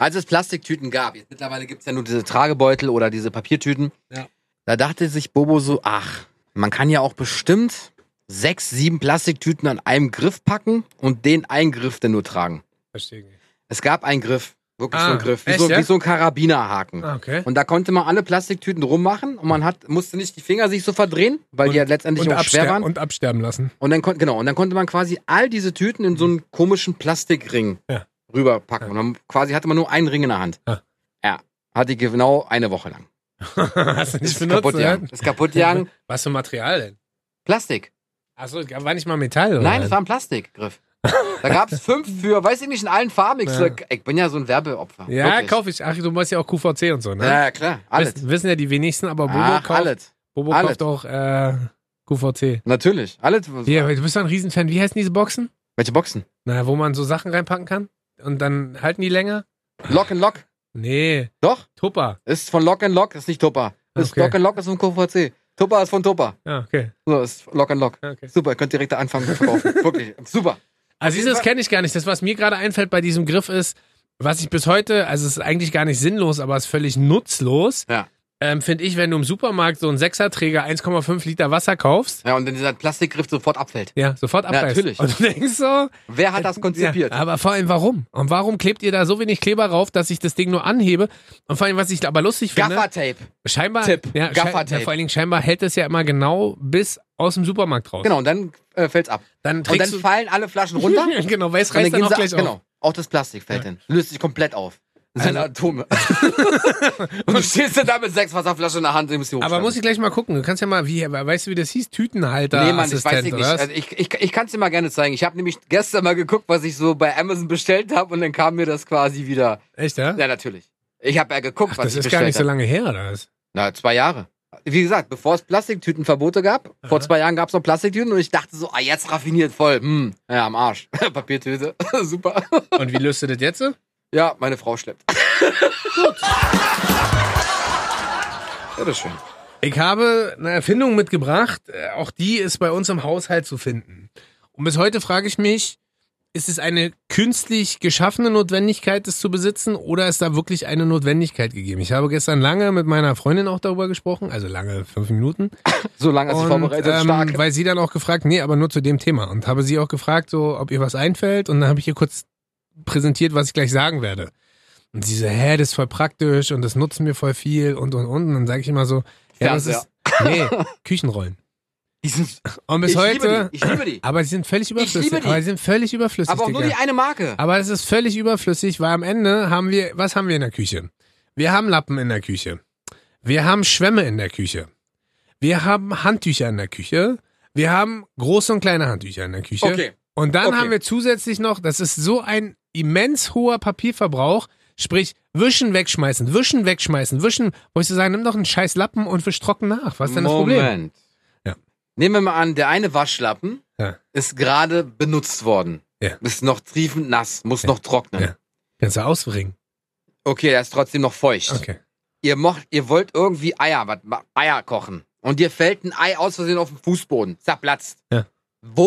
Speaker 1: Als es Plastiktüten gab, jetzt mittlerweile gibt's ja nur diese Tragebeutel oder diese Papiertüten.
Speaker 2: Ja.
Speaker 1: Da dachte sich Bobo so, ach, man kann ja auch bestimmt sechs, sieben Plastiktüten an einem Griff packen und den einen Griff denn nur tragen.
Speaker 2: Verstehe nicht.
Speaker 1: Es gab einen Griff, wirklich
Speaker 2: Ah,
Speaker 1: so einen Griff, wie,
Speaker 2: echt,
Speaker 1: so,
Speaker 2: ja?
Speaker 1: wie so ein Karabinerhaken.
Speaker 2: Ah, okay.
Speaker 1: Und da konnte man alle Plastiktüten rummachen und man hat, musste nicht die Finger sich so verdrehen, weil die ja letztendlich
Speaker 2: und,
Speaker 1: auch schwer
Speaker 2: abster
Speaker 1: waren.
Speaker 2: und absterben lassen.
Speaker 1: Und dann konnte genau, und dann konnte man quasi all diese Tüten in so einen komischen Plastikring
Speaker 2: Ja.
Speaker 1: rüberpacken. Und dann quasi hatte man nur einen Ring in der Hand.
Speaker 2: Ja.
Speaker 1: Ja. Hatte ich genau eine Woche lang.
Speaker 2: Hast du nicht benutzt,
Speaker 1: kaputt
Speaker 2: oder?
Speaker 1: gegangen. Ist kaputt gegangen.
Speaker 2: Was für Material denn?
Speaker 1: Plastik.
Speaker 2: Achso, war nicht mal Metall, oder?
Speaker 1: Nein, es war ein Plastikgriff. Da gab es fünf für, weiß ich nicht, in allen Farben. Ich,
Speaker 2: Ja.
Speaker 1: so, ich bin ja so ein Werbeopfer.
Speaker 2: Ja,
Speaker 1: Wirklich.
Speaker 2: kauf ich. Ach, du machst ja auch QVC und so, ne?
Speaker 1: Ja, ja, klar. Alles. Ah,
Speaker 2: Wissen, wissen ja die wenigsten, aber Bobo
Speaker 1: Ach,
Speaker 2: kauft,
Speaker 1: alles.
Speaker 2: Bobo
Speaker 1: alles.
Speaker 2: kauft auch äh, QVC.
Speaker 1: Natürlich. Alles.
Speaker 2: Ja, du bist ja ein Riesenfan. Wie heißen diese Boxen?
Speaker 1: Welche Boxen?
Speaker 2: Na, wo man so Sachen reinpacken kann und dann halten die länger?
Speaker 1: Lock and Lock.
Speaker 2: Nee,
Speaker 1: Doch.
Speaker 2: Tupper.
Speaker 1: Ist von Lock and Lock, ist nicht Tupper. Ist
Speaker 2: Okay.
Speaker 1: Lock and Lock ist von QVC. Tupper ist von Tupper.
Speaker 2: Ja, Ah, okay. Ah,
Speaker 1: So, ist Lock and Lock.
Speaker 2: okay.
Speaker 1: Super, ihr könnt direkt da anfangen zu verkaufen. Wirklich, super.
Speaker 2: Also dieses kenne ich gar nicht. Das, was mir gerade einfällt bei diesem Griff ist, was ich bis heute, also es ist eigentlich gar nicht sinnlos, aber es ist völlig nutzlos,
Speaker 1: Ja.
Speaker 2: ähm, finde ich, wenn du im Supermarkt so einen Sechserträger 1,5 Liter Wasser kaufst,
Speaker 1: Ja, und wenn dieser Plastikgriff sofort abfällt.
Speaker 2: ja, sofort abreißt.
Speaker 1: natürlich.
Speaker 2: Und du denkst so,
Speaker 1: Wer hat das konzipiert?
Speaker 2: Ja, aber vor allem warum? Und warum klebt ihr da so wenig Kleber rauf, dass ich das Ding nur anhebe? Und vor allem, was ich aber lustig finde,
Speaker 1: Gaffertape.
Speaker 2: scheinbar,
Speaker 1: Tipp,
Speaker 2: ja, schei-
Speaker 1: Gaffertape.
Speaker 2: ja, vor allen Dingen scheinbar hält es ja immer genau bis aus dem Supermarkt raus.
Speaker 1: Genau, und dann äh, fällt's ab.
Speaker 2: Dann
Speaker 1: Und
Speaker 2: trägst
Speaker 1: dann fallen alle Flaschen runter.
Speaker 2: du, genau, weil es
Speaker 1: und dann
Speaker 2: reißt dann
Speaker 1: gehen
Speaker 2: auch
Speaker 1: sie ab.
Speaker 2: gleich auf.
Speaker 1: Genau. Auch das Plastik fällt hin. Löst sich komplett auf. Das sind
Speaker 2: Also-
Speaker 1: Atome. und du stehst dann da mit sechs Wasserflaschen in der Hand und musst die
Speaker 2: Aber muss ich gleich mal gucken. Du kannst ja mal, wie, weißt du, wie das hieß? Tütenhalter.
Speaker 1: Nee, Mann, ich weiß
Speaker 2: Assistent,
Speaker 1: nicht.
Speaker 2: oder was?
Speaker 1: Also ich ich, ich kann es dir mal gerne zeigen. Ich habe nämlich gestern mal geguckt, was ich so bei Amazon bestellt habe und dann kam mir das quasi wieder.
Speaker 2: Echt, ja?
Speaker 1: Ja, natürlich. Ich habe ja geguckt, was
Speaker 2: das
Speaker 1: ich
Speaker 2: ist
Speaker 1: bestellt
Speaker 2: gar nicht
Speaker 1: hab.
Speaker 2: so lange her, oder was?
Speaker 1: Na, zwei Jahre. Wie gesagt, bevor es Plastiktütenverbote gab, vor zwei Jahren gab es noch Plastiktüten und ich dachte so, ah, jetzt raffiniert voll. Hm, ja, am Arsch. Papiertüte. Super.
Speaker 2: Und wie löst du das jetzt?
Speaker 1: Ja, meine Frau schleppt. Ja, das ist schön.
Speaker 2: Ich habe eine Erfindung mitgebracht. Äh, Auch die ist bei uns im Haushalt zu finden. Und bis heute frage ich mich, ist es eine künstlich geschaffene Notwendigkeit, das zu besitzen, oder ist da wirklich eine Notwendigkeit gegeben? Ich habe gestern lange mit meiner Freundin auch darüber gesprochen, also lange, fünf Minuten.
Speaker 1: Solange es vorbereitet
Speaker 2: ähm,
Speaker 1: stark.
Speaker 2: Weil sie dann auch gefragt, nee, aber nur zu dem Thema. Und habe sie auch gefragt, so, ob ihr was einfällt. Und dann habe ich ihr kurz präsentiert, was ich gleich sagen werde. Und sie so, hä, das ist voll praktisch und das nutzen wir voll viel und und und. Und dann sage ich immer so, ja, das ist. Nee, Küchenrollen.
Speaker 1: Die sind,
Speaker 2: Und bis
Speaker 1: ich liebe
Speaker 2: heute. Ah,
Speaker 1: die. Ich liebe die.
Speaker 2: Aber sie sind völlig überflüssig.
Speaker 1: liebe die.
Speaker 2: Aber sie sind völlig überflüssig.
Speaker 1: Aber auch nur
Speaker 2: Digga.
Speaker 1: die eine Marke.
Speaker 2: Aber es ist völlig überflüssig, weil am Ende haben wir, was haben wir in der Küche? Wir haben Lappen in der Küche. Wir haben Schwämme in der Küche. Wir haben Handtücher in der Küche. Wir haben große und kleine Handtücher in der Küche.
Speaker 1: Okay.
Speaker 2: Und dann
Speaker 1: Okay.
Speaker 2: haben wir zusätzlich noch, das ist so ein immens hoher Papierverbrauch, sprich wischen, wegschmeißen, wischen, wegschmeißen, wischen, wo ich so sagen, nimm doch einen scheiß Lappen und wisch trocken nach. Was ist denn das Problem?
Speaker 1: Moment.
Speaker 2: Ja.
Speaker 1: Nehmen wir mal an, der eine Waschlappen
Speaker 2: Ja.
Speaker 1: ist gerade benutzt worden.
Speaker 2: Ja.
Speaker 1: Ist noch triefend nass, muss
Speaker 2: Ja.
Speaker 1: noch trocknen.
Speaker 2: Ja. Kannst du ausbringen.
Speaker 1: Okay, der ist trotzdem noch feucht.
Speaker 2: Okay.
Speaker 1: Ihr, mocht, ihr wollt irgendwie Eier, wat- ma- Eier kochen. Und dir fällt ein Ei aus Versehen auf den Fußboden. Zerplatzt.
Speaker 2: Ja.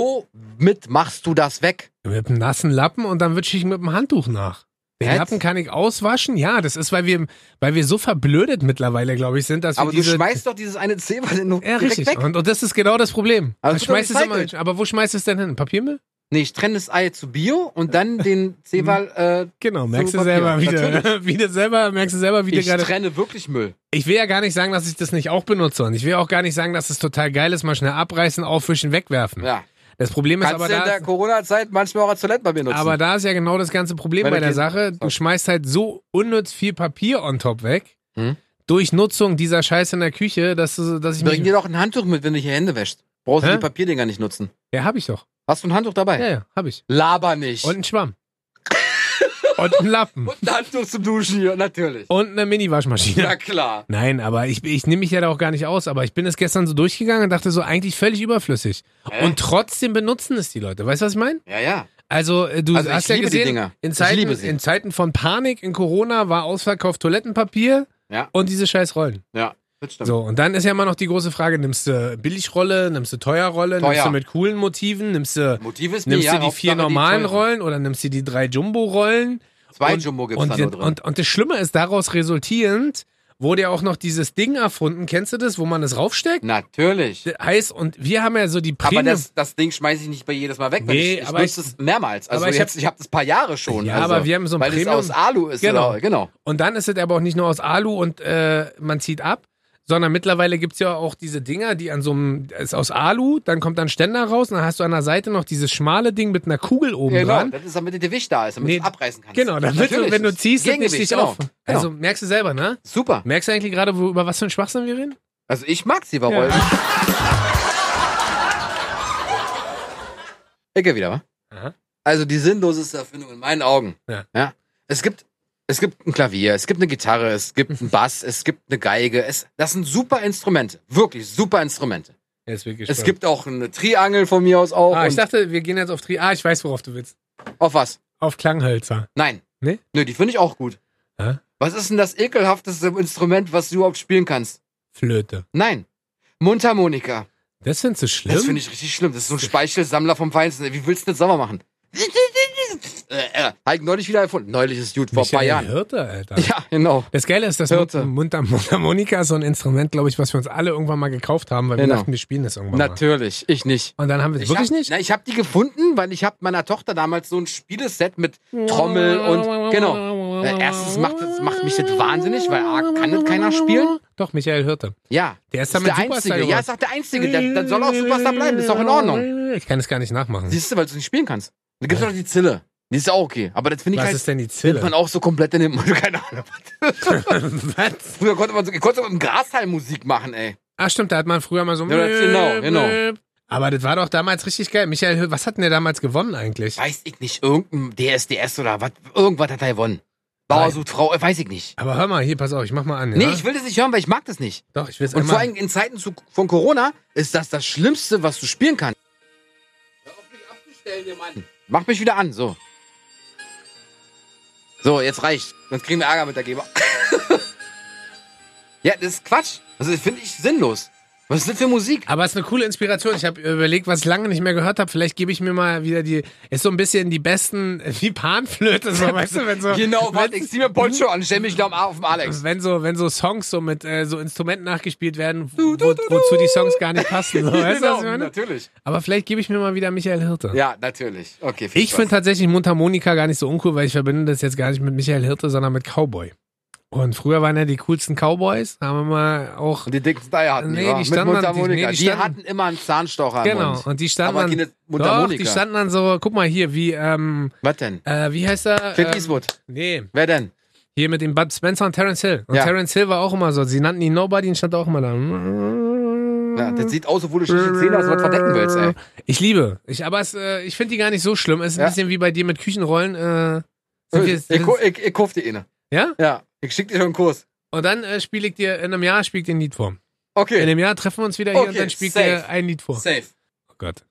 Speaker 1: Womit machst du das weg?
Speaker 2: Mit einem nassen Lappen und dann wische ich mit dem Handtuch nach. Den
Speaker 1: Hätt-
Speaker 2: Lappen kann ich auswaschen. Ja, das ist, weil wir, weil wir so verblödet mittlerweile, glaube ich, sind, dass wir
Speaker 1: Aber du
Speaker 2: diese.
Speaker 1: schmeißt doch dieses eine Zeh weil du
Speaker 2: ja,
Speaker 1: direkt
Speaker 2: richtig.
Speaker 1: weg.
Speaker 2: Und, und das ist genau das Problem.
Speaker 1: Aber
Speaker 2: Also
Speaker 1: es wird
Speaker 2: schmeißt es immer,
Speaker 1: recycelt.
Speaker 2: aber wo schmeißt es denn hin? Papiermüll?
Speaker 1: Nee, ich trenne das Ei zu Bio und dann den Zehwal. Äh,
Speaker 2: Genau, merkst du
Speaker 1: Papier,
Speaker 2: selber wieder, wieder selber, merkst du selber, wie du
Speaker 1: ich
Speaker 2: gerade.
Speaker 1: trenne wirklich Müll.
Speaker 2: Ich will ja gar nicht sagen, dass ich das nicht auch benutze und ich will auch gar nicht sagen, dass es total geil ist, mal schnell abreißen, aufwischen, wegwerfen.
Speaker 1: Ja.
Speaker 2: Das Problem ist
Speaker 1: Kannst
Speaker 2: aber
Speaker 1: du in
Speaker 2: da,
Speaker 1: der Corona-Zeit manchmal auch als Toilettenpapier nutzen.
Speaker 2: aber da ist ja genau das ganze Problem
Speaker 1: Weil
Speaker 2: bei der
Speaker 1: die-
Speaker 2: Sache. Du schmeißt halt so unnütz viel Papier on top weg
Speaker 1: Hm?
Speaker 2: durch Nutzung dieser Scheiße in der Küche, dass, du- dass ich
Speaker 1: Bring
Speaker 2: mich,
Speaker 1: dir doch ein Handtuch mit, wenn du hier Hände wäschst. Brauchst du
Speaker 2: Hä?
Speaker 1: die Papierdinger nicht nutzen.
Speaker 2: ja habe ich doch,
Speaker 1: Hast du ein Handtuch dabei?
Speaker 2: ja ja habe ich
Speaker 1: Laber nicht.
Speaker 2: und einen Schwamm und einen Lappen
Speaker 1: Und ein Handtuch zum Duschen hier, natürlich.
Speaker 2: und eine Mini Waschmaschine.
Speaker 1: Na klar.
Speaker 2: Nein, aber ich, ich nehme mich ja da auch gar nicht aus, aber ich bin es gestern so durchgegangen und dachte so, eigentlich völlig überflüssig.
Speaker 1: Hä?
Speaker 2: Und trotzdem benutzen es die Leute. Weißt du, was ich meine?
Speaker 1: Ja, ja.
Speaker 2: Also, äh, du
Speaker 1: Also ich
Speaker 2: hast ja
Speaker 1: liebe die
Speaker 2: gesehen,
Speaker 1: Dinger.
Speaker 2: In,
Speaker 1: Ich
Speaker 2: Zeiten,
Speaker 1: liebe sie.
Speaker 2: in Zeiten von Panik, in Corona war Ausverkauf Toilettenpapier
Speaker 1: Ja.
Speaker 2: und diese scheiß Rollen.
Speaker 1: Ja, das stimmt.
Speaker 2: So, und dann ist ja immer noch die große Frage, nimmst du Billigrolle, nimmst du Teuerrolle,
Speaker 1: Teuer.
Speaker 2: nimmst du mit coolen Motiven, nimmst du,
Speaker 1: Motiv ist mir
Speaker 2: nimmst
Speaker 1: ja,
Speaker 2: du die
Speaker 1: Hauptsache
Speaker 2: vier normalen
Speaker 1: teuren.
Speaker 2: Rollen oder nimmst du die drei Jumbo-Rollen?
Speaker 1: Zwei
Speaker 2: Und-
Speaker 1: Jumbo gibt's
Speaker 2: und,
Speaker 1: da
Speaker 2: die-
Speaker 1: nur drin.
Speaker 2: Und, und das Schlimme ist, daraus resultierend wurde ja auch noch dieses Ding erfunden. Kennst du das, wo man es raufsteckt?
Speaker 1: Natürlich.
Speaker 2: Das heißt, und wir haben ja so die
Speaker 1: Aber
Speaker 2: Premium.
Speaker 1: das, das Ding schmeiße ich nicht bei jedes Mal weg. weil
Speaker 2: Nee,
Speaker 1: ich ich
Speaker 2: aber
Speaker 1: nutze
Speaker 2: ich-
Speaker 1: es mehrmals. Also
Speaker 2: aber ich
Speaker 1: ich
Speaker 2: hab-
Speaker 1: habe ich hab das paar Jahre schon.
Speaker 2: ja,
Speaker 1: also,
Speaker 2: aber wir haben so ein
Speaker 1: Weil
Speaker 2: Premium.
Speaker 1: es aus Alu ist.
Speaker 2: Genau.
Speaker 1: Oder, genau.
Speaker 2: und dann ist es aber auch nicht nur aus Alu und äh, man zieht ab, sondern mittlerweile gibt es ja auch diese Dinger, die an so einem. Ist aus Alu, dann kommt dann Ständer raus und dann hast du an der Seite noch dieses schmale Ding mit einer Kugel oben
Speaker 1: Ja, genau.
Speaker 2: dran.
Speaker 1: Das ist damit der Gewicht da ist, damit
Speaker 2: Nee,
Speaker 1: du es abreißen kannst.
Speaker 2: Genau, damit du,
Speaker 1: Natürlich,
Speaker 2: wenn du
Speaker 1: das
Speaker 2: ziehst, das nicht
Speaker 1: Gegengewicht,
Speaker 2: dich
Speaker 1: genau.
Speaker 2: auf. Also merkst du selber, ne?
Speaker 1: Super.
Speaker 2: Merkst du eigentlich gerade, wo- über was für ein Schwachsinn wir reden?
Speaker 1: Also ich mag sie, Rollen. Ich geh wieder, wa?
Speaker 2: Aha.
Speaker 1: Also die sinnloseste Erfindung in meinen Augen.
Speaker 2: Ja.
Speaker 1: Es gibt es gibt ein Klavier, es gibt eine Gitarre, es gibt einen Bass, es gibt eine Geige. Es, das sind super Instrumente, wirklich super Instrumente.
Speaker 2: Jetzt bin ich
Speaker 1: Es gibt auch eine Triangel von mir aus auch.
Speaker 2: Ah, ich
Speaker 1: und-
Speaker 2: dachte, wir gehen jetzt auf Tri. Ah, ich weiß, worauf du willst.
Speaker 1: auf was?
Speaker 2: Auf Klanghölzer.
Speaker 1: Nein.
Speaker 2: Nee?
Speaker 1: Nö, die finde ich auch gut.
Speaker 2: Hä?
Speaker 1: Was ist denn das ekelhafteste Instrument, was du überhaupt spielen kannst?
Speaker 2: Flöte.
Speaker 1: Nein. Mundharmonika.
Speaker 2: Das findest du schlimm?
Speaker 1: Das finde ich richtig schlimm. Das ist so ein Speichelsammler vom Feinsten. Wie willst du das sauber machen? Äh, äh, Halt neulich wieder erfunden. Neulich ist gut, vor ein paar
Speaker 2: Michael
Speaker 1: Jahren.
Speaker 2: Hirte, Alter.
Speaker 1: Ja, genau.
Speaker 2: Das Geile ist, dass
Speaker 1: Hirte.
Speaker 2: Mundharmonika Mundharmonika ist so ein Instrument, glaube ich, was wir uns alle irgendwann mal gekauft haben, weil wir
Speaker 1: Genau.
Speaker 2: dachten, wir spielen das irgendwann mal.
Speaker 1: Natürlich, ich nicht.
Speaker 2: Und dann haben wir es
Speaker 1: Ich
Speaker 2: wirklich
Speaker 1: hab,
Speaker 2: nicht.
Speaker 1: Na, ich habe die gefunden, weil ich habe meiner Tochter damals so ein Spieleset mit Trommel und genau. Äh, erstens macht das- macht mich das wahnsinnig, weil A, kann das keiner spielen?
Speaker 2: Doch, Michael Hirte.
Speaker 1: Ja,
Speaker 2: Der ist
Speaker 1: ist
Speaker 2: damit
Speaker 1: der
Speaker 2: Superstar
Speaker 1: einzige. Ja, ist auch der einzige. Der, dann soll er auch Superstar bleiben. Ist doch in Ordnung.
Speaker 2: Ich kann es gar nicht nachmachen.
Speaker 1: Siehst du, weil du es nicht spielen kannst. Da gibt's doch die Zille. Die ist auch okay. Aber das finde ich
Speaker 2: Was
Speaker 1: halt.
Speaker 2: ist denn die Zille?
Speaker 1: nimmt man auch so komplett in den Mund. Keine Ahnung.
Speaker 2: Was?
Speaker 1: Früher konnte man so, ich konnte sogar im Grashalm Musik machen, ey.
Speaker 2: Ah, stimmt, da hat man früher mal so.
Speaker 1: Ja, das- genau, genau.
Speaker 2: Aber das war doch damals richtig geil. Michael, Hö- was hat denn der damals gewonnen eigentlich?
Speaker 1: Weiß ich nicht, irgendein DSDS oder was, irgendwas hat er gewonnen. Bauer
Speaker 2: Nein.
Speaker 1: sucht Frau, äh, weiß ich nicht.
Speaker 2: Aber hör mal, hier, pass auf, ich mach mal an. Ja?
Speaker 1: Nee, ich will das nicht hören, weil ich mag das nicht.
Speaker 2: Doch, ich will's
Speaker 1: Und vor
Speaker 2: einmal.
Speaker 1: allem in Zeiten zu, von Corona ist das das Schlimmste, was du spielen kannst. Hör auf mich abzustellen, ihr Mann. Mach mich wieder an, so. So, jetzt reicht. Sonst kriegen wir Ärger mit der Geber. ja, das ist Quatsch. Also, das finde ich sinnlos. Was ist das für Musik?
Speaker 2: Aber es ist eine coole Inspiration. Ich habe überlegt, was ich lange nicht mehr gehört habe. Vielleicht gebe ich mir mal wieder die. Ist so ein bisschen die besten, wie Panflöte, so, weißt du, wenn so.
Speaker 1: Genau, warte,
Speaker 2: wenn,
Speaker 1: ich zieh mir Poncho an, stell mich da am A- auf dem Alex.
Speaker 2: wenn so, wenn so Songs so mit äh, so Instrumenten nachgespielt werden, wo, wozu die Songs gar nicht passen. So, weißt du, was ich
Speaker 1: Genau,
Speaker 2: meine?
Speaker 1: natürlich.
Speaker 2: Aber vielleicht gebe ich mir mal wieder Michael Hirte.
Speaker 1: Ja, natürlich. Okay, viel
Speaker 2: Ich
Speaker 1: Spaß.
Speaker 2: finde tatsächlich Mundharmonika gar nicht so uncool, weil ich verbinde das jetzt gar nicht mit Michael Hirte, sondern mit Cowboy. Und früher waren ja die coolsten Cowboys, haben wir mal auch.
Speaker 1: Und die dicksten Eier hatten
Speaker 2: Nee,
Speaker 1: die, wa?
Speaker 2: die
Speaker 1: Mit
Speaker 2: standen-
Speaker 1: Mundharmonika.
Speaker 2: nee, die
Speaker 1: die,
Speaker 2: standen-
Speaker 1: hatten immer einen Zahnstocher im
Speaker 2: Genau,
Speaker 1: Mund.
Speaker 2: und die standen
Speaker 1: Aber
Speaker 2: dann.
Speaker 1: keine
Speaker 2: Doch,
Speaker 1: Mundharmonika.
Speaker 2: die standen dann so, guck mal hier, wie, ähm,
Speaker 1: Was denn?
Speaker 2: äh, wie heißt er?
Speaker 1: Clint
Speaker 2: ähm,
Speaker 1: Eastwood.
Speaker 2: nee,
Speaker 1: Wer denn?
Speaker 2: hier mit dem Bud Spencer und Terence Hill. Und
Speaker 1: Ja.
Speaker 2: Terence Hill war auch immer so, sie nannten ihn Nobody und stand auch immer da.
Speaker 1: Ja, das sieht aus, obwohl du schlechte Zähne hast und was verdecken willst, ey.
Speaker 2: Ich liebe. Ich, aber es, äh, ich finde die gar nicht so schlimm. Es ist
Speaker 1: Ja.
Speaker 2: ein bisschen wie bei dir mit Küchenrollen. Äh, sind wir,
Speaker 1: Ich, ku- ich, ich kauf dir eine.
Speaker 2: ja?
Speaker 1: Ja, ich schick dir schon einen Kurs.
Speaker 2: Und dann äh, spiele ich dir, in einem Jahr spiele ich dir ein Lied vor. In
Speaker 1: Okay,
Speaker 2: einem Jahr treffen wir uns wieder hier
Speaker 1: Okay,
Speaker 2: und dann spiele ich
Speaker 1: safe.
Speaker 2: dir ein Lied vor.
Speaker 1: safe.
Speaker 2: Oh Gott.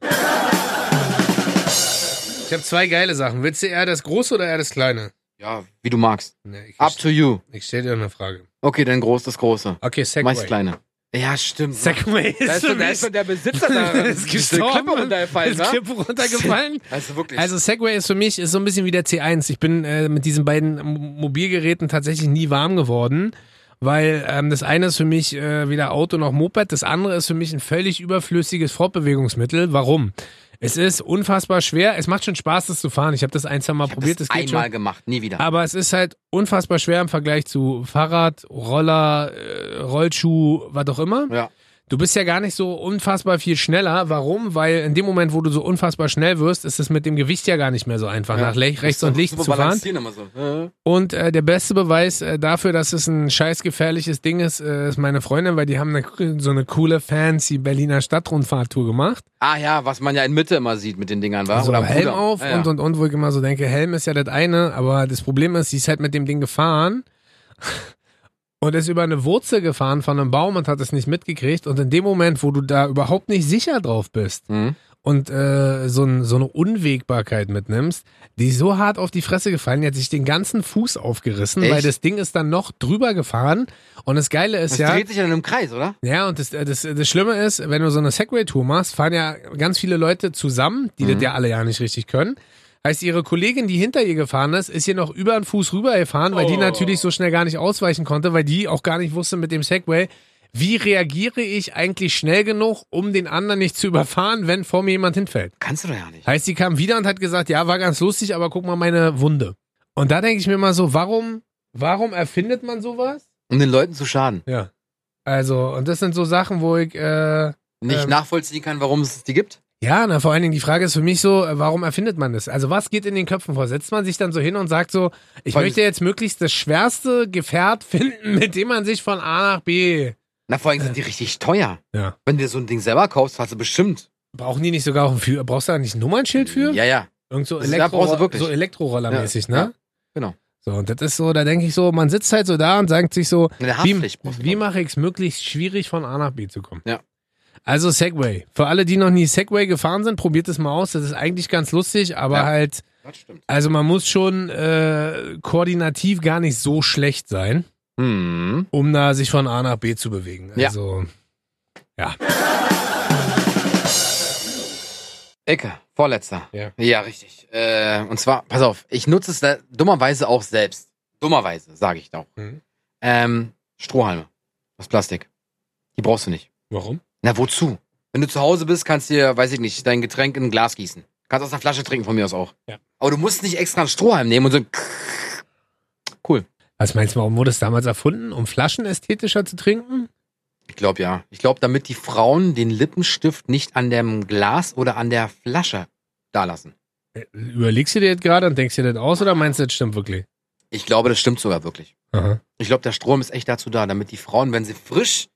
Speaker 2: Ich habe zwei geile Sachen. Willst du eher das große oder eher das kleine?
Speaker 1: Ja, wie du magst.
Speaker 2: Nee, ich,
Speaker 1: Up to you.
Speaker 2: ich stelle dir eine Frage.
Speaker 1: Okay, dann groß das Große.
Speaker 2: Okay,
Speaker 1: Meist
Speaker 2: Segway.
Speaker 1: kleine. Ja, stimmt.
Speaker 2: Segway ist,
Speaker 1: da ist,
Speaker 2: für
Speaker 1: schon, da
Speaker 2: mich
Speaker 1: ist schon der Besitzer da.
Speaker 2: Ist gestorben.
Speaker 1: Klippe runtergefallen,
Speaker 2: ist
Speaker 1: ne?
Speaker 2: Kipp runtergefallen.
Speaker 1: Also wirklich.
Speaker 2: Also Segway ist für mich ist so ein bisschen wie der C1. Ich bin äh, mit diesen beiden M- Mobilgeräten tatsächlich nie warm geworden, weil ähm, das eine ist für mich äh, weder Auto noch Moped, das andere ist für mich ein völlig überflüssiges Fortbewegungsmittel. Warum? Es ist unfassbar schwer. Es macht schon Spaß, das zu fahren. Ich habe das ein, zwei Mal
Speaker 1: ich hab
Speaker 2: probiert.
Speaker 1: das
Speaker 2: Das geht
Speaker 1: einmal
Speaker 2: schon.
Speaker 1: gemacht, nie wieder.
Speaker 2: Aber es ist halt unfassbar schwer im Vergleich zu Fahrrad, Roller, äh, Rollschuh, was auch immer.
Speaker 1: Ja.
Speaker 2: Du bist ja gar nicht so unfassbar viel schneller. Warum? Weil in dem Moment, wo du so unfassbar schnell wirst, ist es mit dem Gewicht ja gar nicht mehr so einfach,
Speaker 1: Ja.
Speaker 2: nach lech- rechts und links
Speaker 1: Super
Speaker 2: zu fahren.
Speaker 1: balancieren immer so. Äh.
Speaker 2: Und äh, der beste Beweis äh, dafür, dass es ein scheiß gefährliches Ding ist, äh, ist meine Freundin, weil die haben eine, so eine coole, fancy Berliner Stadtrundfahrttour gemacht.
Speaker 1: Ah ja, was man ja in Mitte immer sieht mit den Dingern, war?
Speaker 2: so
Speaker 1: Oder am
Speaker 2: Also Helm
Speaker 1: Bruder.
Speaker 2: auf
Speaker 1: ja, ja.
Speaker 2: und und und, wo ich immer so denke, Helm ist ja das eine, aber das Problem ist, sie ist halt mit dem Ding gefahren und ist über eine Wurzel gefahren von einem Baum und hat es nicht mitgekriegt. Und in dem Moment, wo du da überhaupt nicht sicher drauf bist,
Speaker 1: Mhm.
Speaker 2: und äh, so, ein, so eine Unwägbarkeit mitnimmst, die ist so hart auf die Fresse gefallen, die hat sich den ganzen Fuß aufgerissen,
Speaker 1: Echt?
Speaker 2: weil das Ding ist dann noch drüber gefahren. Und das Geile ist
Speaker 1: Das
Speaker 2: ja,
Speaker 1: dreht sich ja dann im Kreis, oder?
Speaker 2: ja, und das, äh, das, das Schlimme ist, wenn du so eine Segway-Tour machst, fahren ja ganz viele Leute zusammen, die
Speaker 1: Mhm.
Speaker 2: das ja alle ja nicht richtig können. Heißt, ihre Kollegin, die hinter ihr gefahren ist, ist hier noch über den Fuß rüber gefahren, weil die
Speaker 1: Oh.
Speaker 2: natürlich so schnell gar nicht ausweichen konnte, weil die auch gar nicht wusste mit dem Segway, wie reagiere ich eigentlich schnell genug, um den anderen nicht zu überfahren, wenn vor mir jemand hinfällt.
Speaker 1: Kannst du doch ja nicht.
Speaker 2: Heißt, sie kam wieder und hat gesagt, ja, war ganz lustig, aber guck mal meine Wunde. Und da denke ich mir mal so, warum, warum erfindet man sowas?
Speaker 1: Um den Leuten zu schaden.
Speaker 2: Ja. Also, und das sind so Sachen, wo ich, äh,
Speaker 1: Nicht
Speaker 2: Ähm.
Speaker 1: nachvollziehen kann, warum es die gibt.
Speaker 2: ja, na, vor allen Dingen die Frage ist für mich so, äh, warum erfindet man das? Also, was geht in den Köpfen vor? Setzt man sich dann so hin und sagt so, ich
Speaker 1: Weil-
Speaker 2: möchte jetzt möglichst das schwerste Gefährt finden, mit dem man sich von A nach B.
Speaker 1: Na, vor allem
Speaker 2: Äh.
Speaker 1: sind die richtig teuer.
Speaker 2: Ja.
Speaker 1: Wenn du dir so ein Ding selber kaufst, hast du bestimmt.
Speaker 2: Brauchen die nicht sogar auch ein Führ brauchst du da nicht ein Nummernschild für?
Speaker 1: Ja, ja.
Speaker 2: Irgend so,
Speaker 1: Das- ja,
Speaker 2: Elektro
Speaker 1: brauchst du wirklich.
Speaker 2: so Elektrorollermäßig,
Speaker 1: Ja,
Speaker 2: ne?
Speaker 1: ja, genau.
Speaker 2: So, und das ist so, da denke ich so, man sitzt halt so da und sagt sich so,
Speaker 1: Eine
Speaker 2: wie,
Speaker 1: Haftpflicht brauchst du,
Speaker 2: wie
Speaker 1: glaub
Speaker 2: mache ich es möglichst schwierig von A nach B zu kommen?
Speaker 1: Ja.
Speaker 2: Also Segway. Für alle, die noch nie Segway gefahren sind, probiert es mal aus. Das ist eigentlich ganz lustig, aber
Speaker 1: Ja.
Speaker 2: halt,
Speaker 1: ich. Das stimmt.
Speaker 2: also man muss schon äh, koordinativ gar nicht so schlecht sein,
Speaker 1: Hm.
Speaker 2: um da sich von A nach B zu bewegen.
Speaker 1: Ja.
Speaker 2: Also,
Speaker 1: Ecke, vorletzter.
Speaker 2: Ja.
Speaker 1: ja richtig. Äh, und zwar, pass auf, ich nutze es da, dummerweise auch selbst. Dummerweise, sage ich doch.
Speaker 2: Mhm.
Speaker 1: Ähm, Strohhalme. Aus Plastik. Die brauchst du nicht.
Speaker 2: warum?
Speaker 1: Na, wozu? Wenn du zu Hause bist, kannst du dir, weiß ich nicht, dein Getränk in ein Glas gießen. Kannst aus einer Flasche trinken, von mir aus auch.
Speaker 2: Ja.
Speaker 1: Aber du musst nicht extra einen Strohhalm nehmen und so. ein-
Speaker 2: Was meinst du, warum wurde es damals erfunden? Um Flaschen ästhetischer zu trinken?
Speaker 1: Ich glaube ja. Ich glaube, damit die Frauen den Lippenstift nicht an dem Glas oder an der Flasche dalassen.
Speaker 2: Äh, Überlegst du dir das gerade und denkst dir das aus oder meinst du, das stimmt wirklich?
Speaker 1: Ich glaube, das stimmt sogar wirklich.
Speaker 2: Aha.
Speaker 1: Ich glaube, der Strom ist echt dazu da, damit die Frauen, wenn sie frisch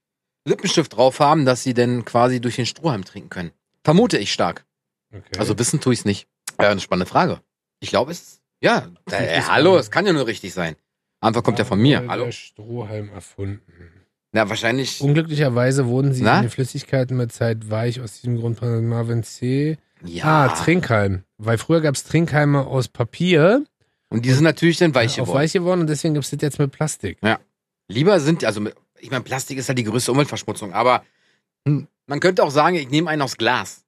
Speaker 1: Lippenstift drauf haben, dass sie dann quasi durch den Strohhalm trinken können. Vermute ich stark.
Speaker 2: Okay.
Speaker 1: Also wissen tue ich es nicht. Ja, eine spannende Frage. Ich glaube, es ist. Ja, äh, hallo, es kann ja nur richtig sein. Einfach kommt ja von mir.
Speaker 2: Hallo.
Speaker 1: Hallo.
Speaker 2: Äh, Der Strohhalm erfunden.
Speaker 1: Na, wahrscheinlich.
Speaker 2: Um, Unglücklicherweise wurden sie
Speaker 1: Na?
Speaker 2: in den Flüssigkeiten mit Zeit weich. Aus diesem Grund von Marvin C.
Speaker 1: Ja.
Speaker 2: Ah, Trinkhalm. Weil früher gab es Trinkhalme aus Papier,
Speaker 1: und die sind natürlich dann weich
Speaker 2: auf
Speaker 1: geworden.
Speaker 2: weich geworden und deswegen gibt es das jetzt mit Plastik.
Speaker 1: Lieber sind, also, mit- ich meine, Plastik ist ja die größte Umweltverschmutzung, aber hm, man könnte auch sagen, ich nehme einen aus Glas.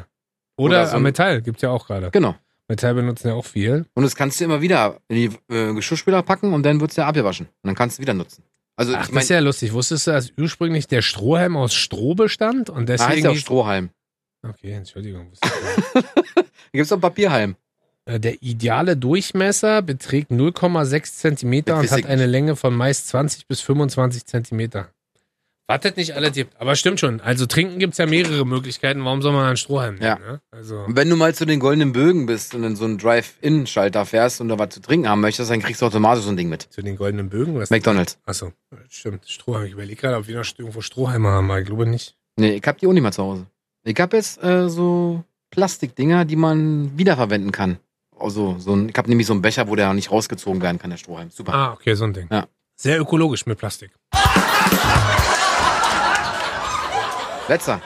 Speaker 2: Oder, äh,
Speaker 1: Oder so ein-
Speaker 2: Metall, gibt es ja auch gerade.
Speaker 1: Genau.
Speaker 2: Metall benutzen ja auch viel.
Speaker 1: Und das kannst du immer wieder in die äh, Geschirrspüler packen und dann wird es ja abgewaschen. Und dann kannst du wieder nutzen. Also,
Speaker 2: Ach,
Speaker 1: ich
Speaker 2: das
Speaker 1: meine,
Speaker 2: ist ja lustig. Wusstest du, dass ursprünglich der Strohhalm aus Stroh bestand? Und
Speaker 1: da heißt
Speaker 2: deswegen.
Speaker 1: ja auch
Speaker 2: hieß-
Speaker 1: Strohhalm.
Speaker 2: okay, Entschuldigung. wusste ich nicht.
Speaker 1: Da gibt es auch Papierhalm.
Speaker 2: Äh, Der ideale Durchmesser beträgt 0,6 Zentimeter
Speaker 1: Das
Speaker 2: und
Speaker 1: wisse
Speaker 2: hat
Speaker 1: ich
Speaker 2: eine Länge von meist 20 bis 25 Zentimeter. Wartet nicht alle gibt. Aber stimmt schon. Also trinken gibt es ja mehrere Möglichkeiten. Warum soll man einen Strohhalm nehmen?
Speaker 1: Ja.
Speaker 2: Ne? Also,
Speaker 1: Und wenn du mal zu den goldenen Bögen bist und in so einen Drive-In-Schalter fährst und da was zu trinken haben möchtest, dann kriegst du automatisch so ein Ding mit.
Speaker 2: zu den goldenen Bögen. Was
Speaker 1: McDonalds.
Speaker 2: Achso, stimmt. Strohhalm. Ich überlege gerade, ob wir noch irgendwo Strohhalme haben, aber ich glaube nicht.
Speaker 1: Nee, ich hab die auch nicht mehr zu Hause. Ich hab jetzt äh, so Plastikdinger, die man wiederverwenden kann. Also, so ein, ich hab nämlich so einen Becher, wo der nicht rausgezogen werden kann, der Strohhalm. Super.
Speaker 2: Ah, okay, so ein Ding.
Speaker 1: Ja.
Speaker 2: Sehr ökologisch mit Plastik.
Speaker 1: Letzter.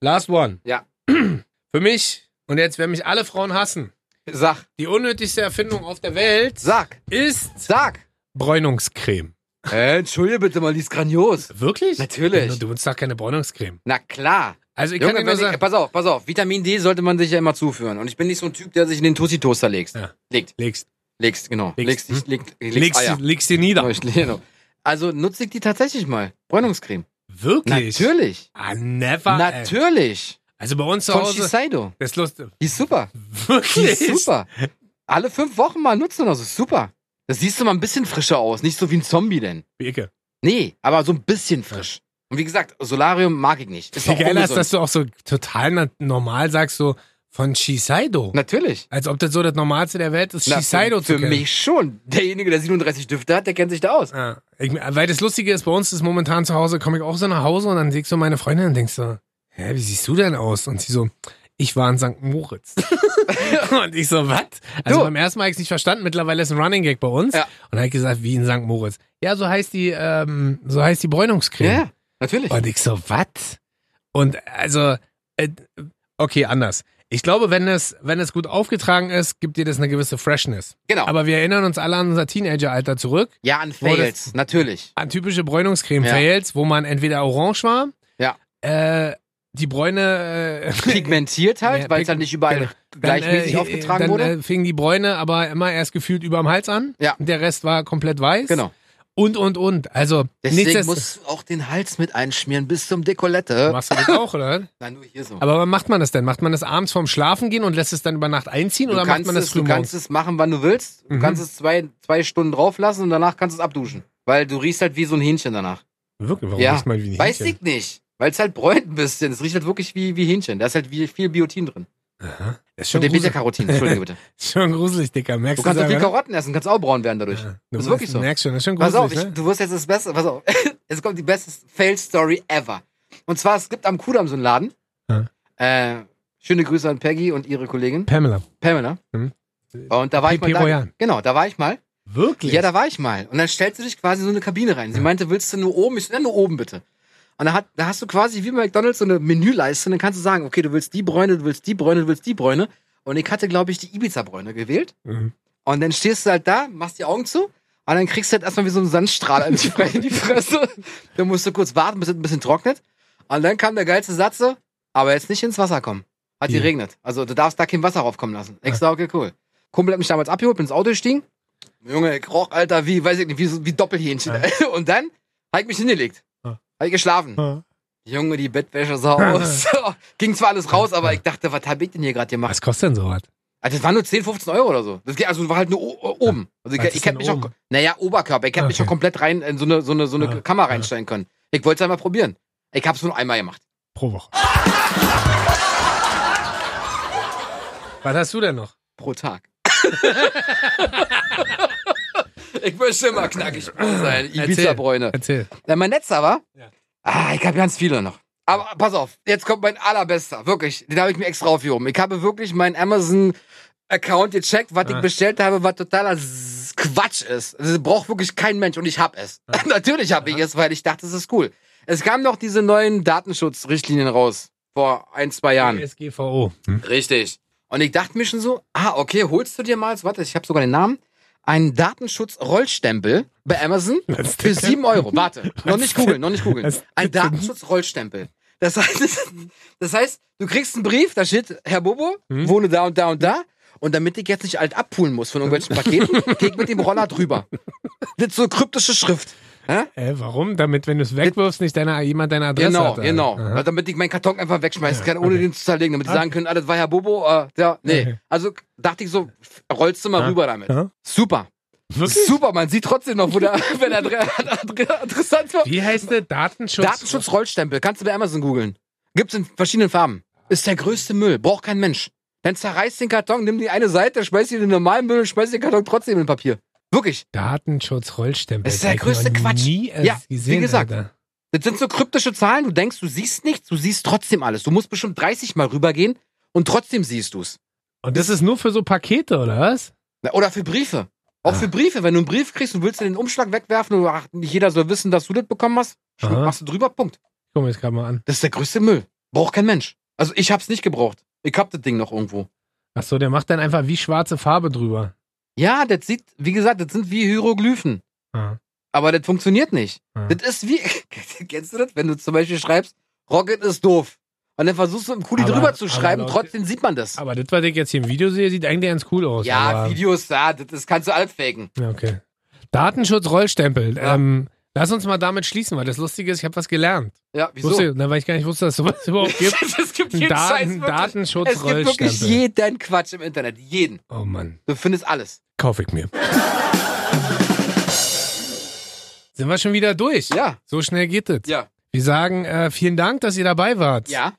Speaker 2: Last one.
Speaker 1: Ja.
Speaker 2: Für mich, und jetzt werden mich alle Frauen hassen,
Speaker 1: Sag,
Speaker 2: die unnötigste Erfindung auf der Welt
Speaker 1: sag,
Speaker 2: ist
Speaker 1: sag.
Speaker 2: Bräunungscreme.
Speaker 1: Äh, entschuldige bitte mal, die ist grandios.
Speaker 2: Wirklich?
Speaker 1: Natürlich.
Speaker 2: Du benutzt doch keine Bräunungscreme.
Speaker 1: Na klar.
Speaker 2: Also ich
Speaker 1: Junge,
Speaker 2: kann dir nur
Speaker 1: wenn ich,
Speaker 2: sagen,
Speaker 1: pass auf, pass auf. Vitamin D sollte man sich ja immer zuführen. Und ich bin nicht so ein Typ, der sich in den Tussi-Toaster legt.
Speaker 2: Ja.
Speaker 1: Legt,
Speaker 2: legst,
Speaker 1: legst, genau.
Speaker 2: Legst, hm?
Speaker 1: Legst, legst, legst, legst,
Speaker 2: legst,
Speaker 1: Eier.
Speaker 2: legst dir nieder.
Speaker 1: Ich- genau. Also nutze ich die tatsächlich mal. Bräunungscreme.
Speaker 2: Wirklich?
Speaker 1: Natürlich.
Speaker 2: Ah, never. Ey.
Speaker 1: Natürlich.
Speaker 2: Also bei uns zu
Speaker 1: Von
Speaker 2: Hause,
Speaker 1: Shiseido.
Speaker 2: das ist lustig.
Speaker 1: Die ist super. Die
Speaker 2: Wirklich?
Speaker 1: ist super. Alle fünf Wochen mal nutzen oder so. Super. Das siehst du mal ein bisschen frischer aus. Nicht so wie ein Zombie denn.
Speaker 2: Ecke.
Speaker 1: Nee, aber so ein bisschen frisch. Und wie gesagt, Solarium mag ich nicht. Ist
Speaker 2: Wie
Speaker 1: auch
Speaker 2: geil ist,
Speaker 1: ungesund.
Speaker 2: dass du auch so total na- normal sagst, so von Shiseido.
Speaker 1: Natürlich.
Speaker 2: Als ob das so das Normalste der Welt ist,
Speaker 1: Na,
Speaker 2: Shiseido
Speaker 1: für,
Speaker 2: zu
Speaker 1: für
Speaker 2: kennen.
Speaker 1: mich schon. Derjenige, der 37 Düfte hat, der kennt sich da aus.
Speaker 2: Ja. Ah. Ich, weil das Lustige ist, bei uns ist momentan zu Hause, komme ich auch so nach Hause und dann siehst du meine Freundin und denkst so, hä, wie siehst du denn aus? Und sie so, ich war in St. Moritz. und ich so, was? Also
Speaker 1: Du.
Speaker 2: beim ersten Mal habe ich es nicht verstanden, mittlerweile ist ein Running Gag bei uns.
Speaker 1: Ja.
Speaker 2: Und dann habe ich gesagt, wie in St. Moritz. Ja, so heißt die, ähm, so heißt die Bräunungscreme.
Speaker 1: Ja, natürlich.
Speaker 2: Und ich so, was? Und also, äh, okay, anders. Ich glaube, wenn es, wenn es gut aufgetragen ist, gibt dir das eine gewisse Freshness.
Speaker 1: Genau.
Speaker 2: Aber wir erinnern uns alle an unser Teenager-Alter zurück,
Speaker 1: ja, an
Speaker 2: Wo das-
Speaker 1: Fails. Natürlich.
Speaker 2: an typische Bräunungscreme
Speaker 1: Ja.
Speaker 2: fails wo man entweder orange war,
Speaker 1: Ja.
Speaker 2: äh, die Bräune äh,
Speaker 1: Pigmentiert halt,
Speaker 2: Ja,
Speaker 1: weil es
Speaker 2: pig-
Speaker 1: halt nicht überall
Speaker 2: genau.
Speaker 1: gleichmäßig
Speaker 2: äh,
Speaker 1: aufgetragen
Speaker 2: dann,
Speaker 1: wurde.
Speaker 2: Äh, fing die Bräune aber immer erst gefühlt überm Hals an.
Speaker 1: Ja.
Speaker 2: Der Rest war komplett weiß.
Speaker 1: genau.
Speaker 2: Und, und, und. Also,
Speaker 1: Deswegen
Speaker 2: nichtsdest-
Speaker 1: musst du auch den Hals mit einschmieren bis zum Dekollete.
Speaker 2: Machst du das auch, oder?
Speaker 1: Nein, nur hier so.
Speaker 2: Aber wann macht man das denn? Macht man das abends vorm Schlafen gehen und lässt es dann über Nacht einziehen
Speaker 1: du
Speaker 2: oder macht
Speaker 1: kannst,
Speaker 2: man das
Speaker 1: es, du
Speaker 2: früh morgens?
Speaker 1: kannst es machen, wann du willst. Du
Speaker 2: Mhm.
Speaker 1: kannst es zwei, zwei Stunden drauf lassen und danach kannst du es abduschen. Weil du riechst halt wie so ein Hähnchen danach.
Speaker 2: Wirklich, warum
Speaker 1: Ja.
Speaker 2: riecht man wie ein
Speaker 1: Weiß
Speaker 2: Hähnchen?
Speaker 1: ich nicht. Weil es halt bräunt ein bisschen. Es riecht halt wirklich wie, wie Hähnchen. Da ist halt wie, viel Biotin drin.
Speaker 2: Aha. Das ist schon,
Speaker 1: Und der
Speaker 2: gruselig,
Speaker 1: Beta-Carotin, entschuldige bitte.
Speaker 2: schon gruselig, Dicker. Merkst
Speaker 1: Du kannst auch
Speaker 2: selber,
Speaker 1: viel
Speaker 2: ne?
Speaker 1: Karotten essen, kannst auch braun werden dadurch.
Speaker 2: Ja.
Speaker 1: Das ist
Speaker 2: Du
Speaker 1: wirklich so.
Speaker 2: Merkst schon, das ist schon
Speaker 1: Pass auf,
Speaker 2: gruselig,
Speaker 1: ich,
Speaker 2: ne?
Speaker 1: du wirst jetzt das Beste, pass auf. Jetzt kommt die beste Fail-Story ever. Und zwar, es gibt am Kudamm so einen Laden.
Speaker 2: Ja.
Speaker 1: Äh, schöne Grüße an Peggy und ihre Kollegin,
Speaker 2: Pamela.
Speaker 1: Pamela.
Speaker 2: Mhm.
Speaker 1: Und da war ich
Speaker 2: P.P.
Speaker 1: mal da.
Speaker 2: Royan.
Speaker 1: Genau, da war ich mal.
Speaker 2: Wirklich?
Speaker 1: Ja, da war ich mal. Und dann stellst du dich quasi in so eine Kabine rein. Sie meinte, willst du nur oben? Ich so, ja, nur oben bitte. Und da, hat, da hast du quasi wie bei McDonalds so eine Menüleiste und dann kannst du sagen, okay, du willst die Bräune, du willst die Bräune, du willst die Bräune. Und ich hatte, glaube ich, die Ibiza-Bräune gewählt.
Speaker 2: Mhm.
Speaker 1: Und dann stehst du halt da, machst die Augen zu und dann kriegst du halt erstmal wie so einen Sandstrahler in die Fre- in die Fresse. Dann musst du kurz warten, bis es ein bisschen trocknet. Und dann kam der geilste Satz so, aber jetzt nicht ins Wasser kommen. Hat
Speaker 2: Ja.
Speaker 1: geregnet. Also du darfst da kein Wasser raufkommen lassen. Extra, okay, cool. Kumpel hat mich damals abgeholt, bin ins Auto gestiegen. Junge, ich roch, Alter, wie, weiß ich nicht, wie, so- wie Doppelhähnchen. Und dann hab ich mich hingelegt.
Speaker 2: Ja.
Speaker 1: Hab ich geschlafen.
Speaker 2: Ja.
Speaker 1: Junge, die Bettwäsche sah aus. So, Ging zwar alles raus, aber ich dachte, was hab ich denn hier gerade gemacht?
Speaker 2: Was kostet denn sowas?
Speaker 1: Also das waren nur 10, 15 Euro oder so. Das geht, also war halt nur o- o- oben. Also ich,
Speaker 2: Was ist
Speaker 1: ich hätte
Speaker 2: denn
Speaker 1: mich auch,
Speaker 2: oben?
Speaker 1: naja, Oberkörper. Ich hätte mich
Speaker 2: Okay.
Speaker 1: schon komplett rein in so eine, so eine, so eine
Speaker 2: Ja.
Speaker 1: Kammer reinstellen können. Ich wollte es einmal probieren. Ich hab's nur einmal gemacht.
Speaker 2: Pro Woche. Was hast du denn noch?
Speaker 1: Pro Tag. ich möchte immer knackig braun sein. Ibiza-Bräune.
Speaker 2: Erzähl.
Speaker 1: Na, mein letzter war?
Speaker 2: Ja.
Speaker 1: Ah, ich habe ganz viele noch. Aber pass auf, jetzt kommt mein allerbester. Wirklich, den habe ich mir extra aufgehoben. Ich habe wirklich meinen Amazon-Account gecheckt, was
Speaker 2: Ah.
Speaker 1: ich bestellt habe, was totaler S- Quatsch ist. Das braucht wirklich kein Mensch und ich hab es. Natürlich habe ich es, weil ich dachte, es ist cool. Es kamen noch diese neuen Datenschutzrichtlinien raus. Vor ein, zwei Jahren.
Speaker 2: SGVO. Hm?
Speaker 1: Richtig. Und ich dachte mir schon so, ah, okay, holst du dir mal, so, warte, ich habe sogar den Namen, einen Datenschutz-Rollstempel bei Amazon
Speaker 2: Was
Speaker 1: für
Speaker 2: denn?
Speaker 1: 7 Euro. Warte, noch nicht googeln, noch nicht googeln.
Speaker 2: Was
Speaker 1: Ein
Speaker 2: denn?
Speaker 1: Datenschutz-Rollstempel. Das heißt, das heißt, du kriegst einen Brief, da steht, Herr Bobo,
Speaker 2: Mhm.
Speaker 1: wohne da und da und da. Und damit ich jetzt nicht alt abpulen muss von irgendwelchen Paketen, geh ich mit dem Roller drüber. Das ist so kryptische Schrift. Ja?
Speaker 2: Äh, warum? Damit, wenn du es wegwirfst, nicht deiner, jemand deine Adresse
Speaker 1: Genau,
Speaker 2: hat. Ah. Alter.
Speaker 1: genau.
Speaker 2: halt. Aha.
Speaker 1: Damit ich meinen Karton einfach wegschmeißen kann, ohne
Speaker 2: okay.
Speaker 1: den zu zerlegen. Damit die
Speaker 2: Okay.
Speaker 1: sagen können, ah, das war Herr Bobo, äh, der, nee.
Speaker 2: Okay.
Speaker 1: Also dachte ich so, f- rollst du mal
Speaker 2: Ja.
Speaker 1: rüber damit.
Speaker 2: Ja.
Speaker 1: Super.
Speaker 2: Wirklich?
Speaker 1: Super, man sieht trotzdem noch, wo der, wenn der Adre- Adre- Adressant war.
Speaker 2: Wie heißt der? Datenschutz?
Speaker 1: Datenschutz-Rollstempel, kannst du bei Amazon googeln. Gibt's in verschiedenen Farben. Ist der größte Müll, braucht kein Mensch. Dann zerreißt den Karton, nimm die eine Seite, schmeißt ihn in den normalen Müll und schmeißt den Karton trotzdem in Papier. Wirklich.
Speaker 2: Datenschutz-Rollstempel.
Speaker 1: Das ist der
Speaker 2: Hab ich noch
Speaker 1: größte Quatsch.
Speaker 2: Nie erst
Speaker 1: Ja, wie
Speaker 2: gesehen,
Speaker 1: gesagt.
Speaker 2: Alter.
Speaker 1: Das sind so kryptische Zahlen. Du denkst, du siehst nichts, du siehst trotzdem alles. Du musst bestimmt 30 Mal rübergehen und trotzdem siehst du es.
Speaker 2: Und das ist nur für so Pakete, oder was?
Speaker 1: Na, Oder für Briefe. Auch
Speaker 2: Ah.
Speaker 1: für Briefe. Wenn du einen Brief kriegst und willst du den Umschlag wegwerfen und ach, nicht jeder soll wissen, dass du das bekommen hast, schnipp,
Speaker 2: Aha.
Speaker 1: machst du drüber, Punkt.
Speaker 2: Guck mal jetzt gerade mal an.
Speaker 1: Das ist der größte Müll. Braucht kein Mensch. Also ich hab's nicht gebraucht. Ich hab das Ding noch irgendwo.
Speaker 2: Ach so, der macht dann einfach wie schwarze Farbe drüber.
Speaker 1: Ja, das sieht, wie gesagt, das sind wie Hieroglyphen.
Speaker 2: Ah,
Speaker 1: Aber das funktioniert nicht.
Speaker 2: ah.
Speaker 1: Das ist wie, kennst du das, wenn du zum Beispiel schreibst, Rocket ist doof. Und dann versuchst du im Kuli
Speaker 2: Aber-
Speaker 1: drüber zu
Speaker 2: aber
Speaker 1: schreiben,
Speaker 2: laut-
Speaker 1: trotzdem sieht man das.
Speaker 2: Aber das, was ich jetzt hier im Video sehe, sieht eigentlich ganz cool aus.
Speaker 1: Ja,
Speaker 2: aber,
Speaker 1: Videos, ja, das, das kannst du alles faken.
Speaker 2: Ja, okay. Datenschutz-Rollstempel.
Speaker 1: Ja.
Speaker 2: Ähm, lass uns mal damit schließen, weil das Lustige ist, ich habe was gelernt.
Speaker 1: Ja, wieso?
Speaker 2: Wusste, na, weil ich gar nicht wusste, dass es sowas überhaupt gibt.
Speaker 1: es gibt
Speaker 2: Ein
Speaker 1: jeden Scheiß
Speaker 2: Daten,
Speaker 1: wirklich. Es gibt wirklich
Speaker 2: Datenschutz-Rollstempel.
Speaker 1: jeden Quatsch im Internet. Jeden.
Speaker 2: Oh Mann,
Speaker 1: Du findest alles.
Speaker 2: kaufe ich mir. Sind wir schon wieder durch?
Speaker 1: Ja,
Speaker 2: So schnell geht es.
Speaker 1: ja,
Speaker 2: Wir sagen äh, vielen Dank, dass ihr dabei wart.
Speaker 1: ja.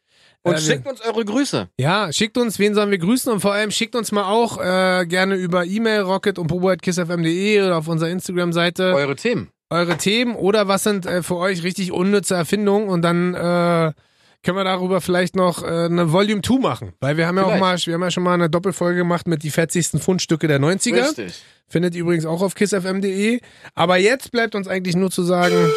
Speaker 1: Und
Speaker 2: Äh,
Speaker 1: schickt uns eure Grüße.
Speaker 2: Ja, schickt uns, wen sollen wir grüßen und vor allem schickt uns mal auch äh, gerne über E-Mail rocket und bobo.kissfm.de oder auf unserer Instagram-Seite
Speaker 1: Eure Themen.
Speaker 2: eure Themen oder was sind äh, für euch richtig unnütze Erfindungen und dann äh, können wir darüber vielleicht noch äh, eine Volume 2 machen, weil wir haben ja auch
Speaker 1: Vielleicht.
Speaker 2: mal, wir haben ja schon mal eine Doppelfolge gemacht mit die fetzigsten Fundstücke der 90er.
Speaker 1: Richtig.
Speaker 2: Findet ihr übrigens auch auf kissfm.de. Aber jetzt bleibt uns eigentlich nur zu sagen,